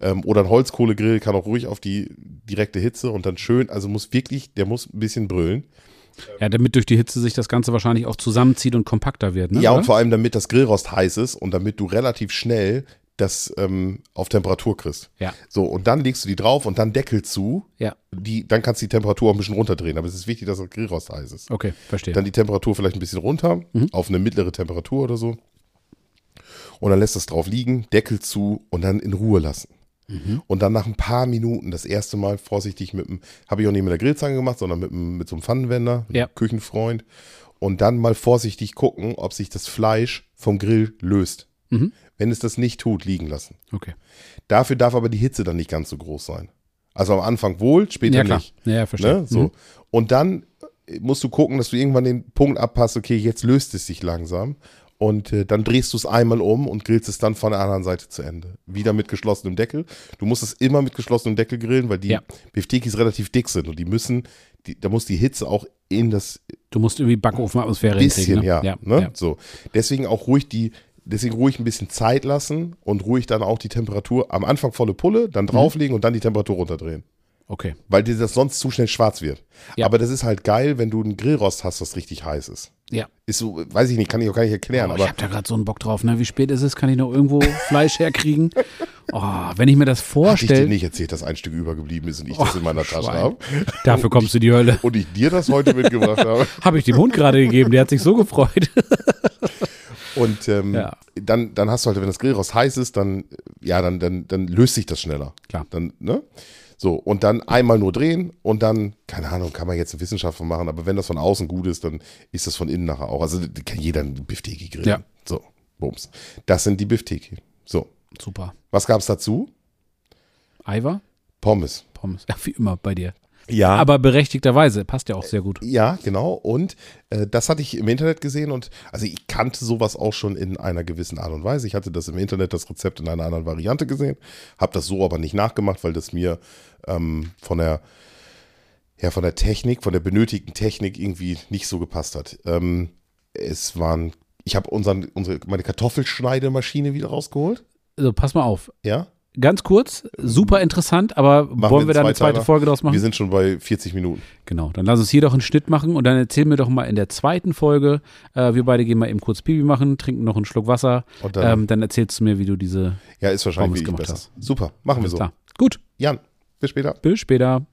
B: Ähm, oder ein Holzkohlegrill kann auch ruhig auf die direkte Hitze und dann schön, also muss wirklich, der muss ein bisschen brüllen.
A: Ja, damit durch die Hitze sich das Ganze wahrscheinlich auch zusammenzieht und kompakter wird. Ne?
B: ja, und
A: Oder?
B: vor allem damit das Grillrost heiß ist und damit du relativ schnell das ähm, auf Temperatur kriegst.
A: ja,
B: So, und dann legst du die drauf und dann Deckel zu.
A: ja.
B: Die, dann kannst du die Temperatur auch ein bisschen runterdrehen, aber es ist wichtig, dass das Grillrost heiß ist.
A: Okay, verstehe.
B: Dann die Temperatur vielleicht ein bisschen runter,
A: Mhm.
B: auf eine mittlere Temperatur oder so. Und dann lässt das drauf liegen, Deckel zu und dann in Ruhe lassen.
A: Mhm.
B: Und dann nach ein paar Minuten, das erste Mal vorsichtig mit dem, habe ich auch nicht mit der Grillzange gemacht, sondern mit, dem- mit so einem Pfannenwender,
A: Ja.
B: Küchenfreund. Und dann mal vorsichtig gucken, ob sich das Fleisch vom Grill löst.
A: Mhm.
B: Wenn es das nicht tut, liegen lassen.
A: Okay.
B: Dafür darf aber die Hitze dann nicht ganz so groß sein. Also am Anfang wohl, später
A: Ja, klar.
B: nicht.
A: Ja, ja, verstehe.
B: Ne? So.
A: Mhm.
B: Und dann äh, musst du gucken, dass du irgendwann den Punkt abpasst, okay, jetzt löst es sich langsam. Und äh, dann drehst du es einmal um und grillst es dann von der anderen Seite zu Ende. Wieder mit geschlossenem Deckel. Du musst es immer mit geschlossenem Deckel grillen, weil die
A: Ja.
B: Biftekis relativ dick sind und die müssen, die, da muss die Hitze auch in das
A: Du musst irgendwie Backofenatmosphäre
B: bisschen,
A: hinkriegen. Ne?
B: ja.
A: ja,
B: ne?
A: ja.
B: So. Deswegen auch ruhig die, deswegen ruhig ein bisschen Zeit lassen und ruhig dann auch die Temperatur am Anfang volle Pulle,
A: Mhm.
B: dann drauflegen und dann die Temperatur runterdrehen
A: Okay.
B: weil dir das sonst zu schnell schwarz wird.
A: Ja.
B: Aber das ist halt geil, wenn du einen Grillrost hast, das richtig heiß ist.
A: Ja.
B: Ist so, weiß ich nicht, kann ich auch gar nicht erklären,
A: Oh, ich
B: aber
A: habe da gerade so einen Bock drauf. Ne? Wie spät ist es? Kann ich noch irgendwo *laughs* Fleisch herkriegen? Oh, wenn ich mir das
B: hatte ich dir
A: vorstelle,
B: nicht erzählt, dass ein Stück übergeblieben ist und ich das in meiner Tasche
A: Oh, Schwein.
B: habe
A: dafür kommst du in die Hölle.
B: und ich dir das heute mitgebracht habe.
A: Habe ich dem Hund gerade gegeben, der hat sich so gefreut.
B: Und ähm,
A: Ja.
B: dann, dann hast du halt, wenn das Grillrost heiß ist, dann, äh, ja, dann, dann, dann löst sich das schneller.
A: Klar.
B: Dann, ne? So, und dann einmal nur drehen und dann, keine Ahnung, kann man jetzt eine Wissenschaft von machen, aber wenn das von außen gut ist, dann ist das von innen nachher auch. Also da kann jeder einen Bifteki grillen.
A: Ja.
B: So, bums. Das sind die Bifteki. So,
A: *laughs* Super.
B: was gab's dazu?
A: Eiver?
B: Pommes.
A: Pommes. Ja, wie immer bei dir.
B: Ja.
A: Aber berechtigterweise. Passt ja auch sehr gut.
B: Ja, genau. Und äh, das hatte ich im Internet gesehen und also ich kannte sowas auch schon in einer gewissen Art und Weise. Ich hatte das im Internet, das Rezept in einer anderen Variante gesehen, habe das so aber nicht nachgemacht, weil das mir ähm, von der ja, von der Technik, von der benötigten Technik irgendwie nicht so gepasst hat. Ähm, es waren, ich habe unseren, unsere, meine Kartoffelschneidemaschine wieder rausgeholt.
A: Also pass mal auf.
B: Ja,
A: Ganz kurz, super interessant, aber
B: wir
A: wollen wir
B: einen
A: da eine zweite
B: Zweiteiler?
A: Folge draus machen?
B: wir sind schon bei 40 Minuten.
A: Genau, dann lass uns hier doch einen Schnitt machen und dann erzähl mir doch mal in der zweiten Folge, äh, wir beide gehen mal eben kurz Pipi machen, trinken noch einen Schluck Wasser,
B: Und dann-
A: ähm, dann erzählst du mir, wie du diese
B: Ja, ist wahrscheinlich
A: Pommes
B: wirklich
A: gemacht
B: besser.
A: hast.
B: Super, machen wir
A: Alles
B: so.
A: klar. Gut,
B: Jan, bis später.
A: bis später.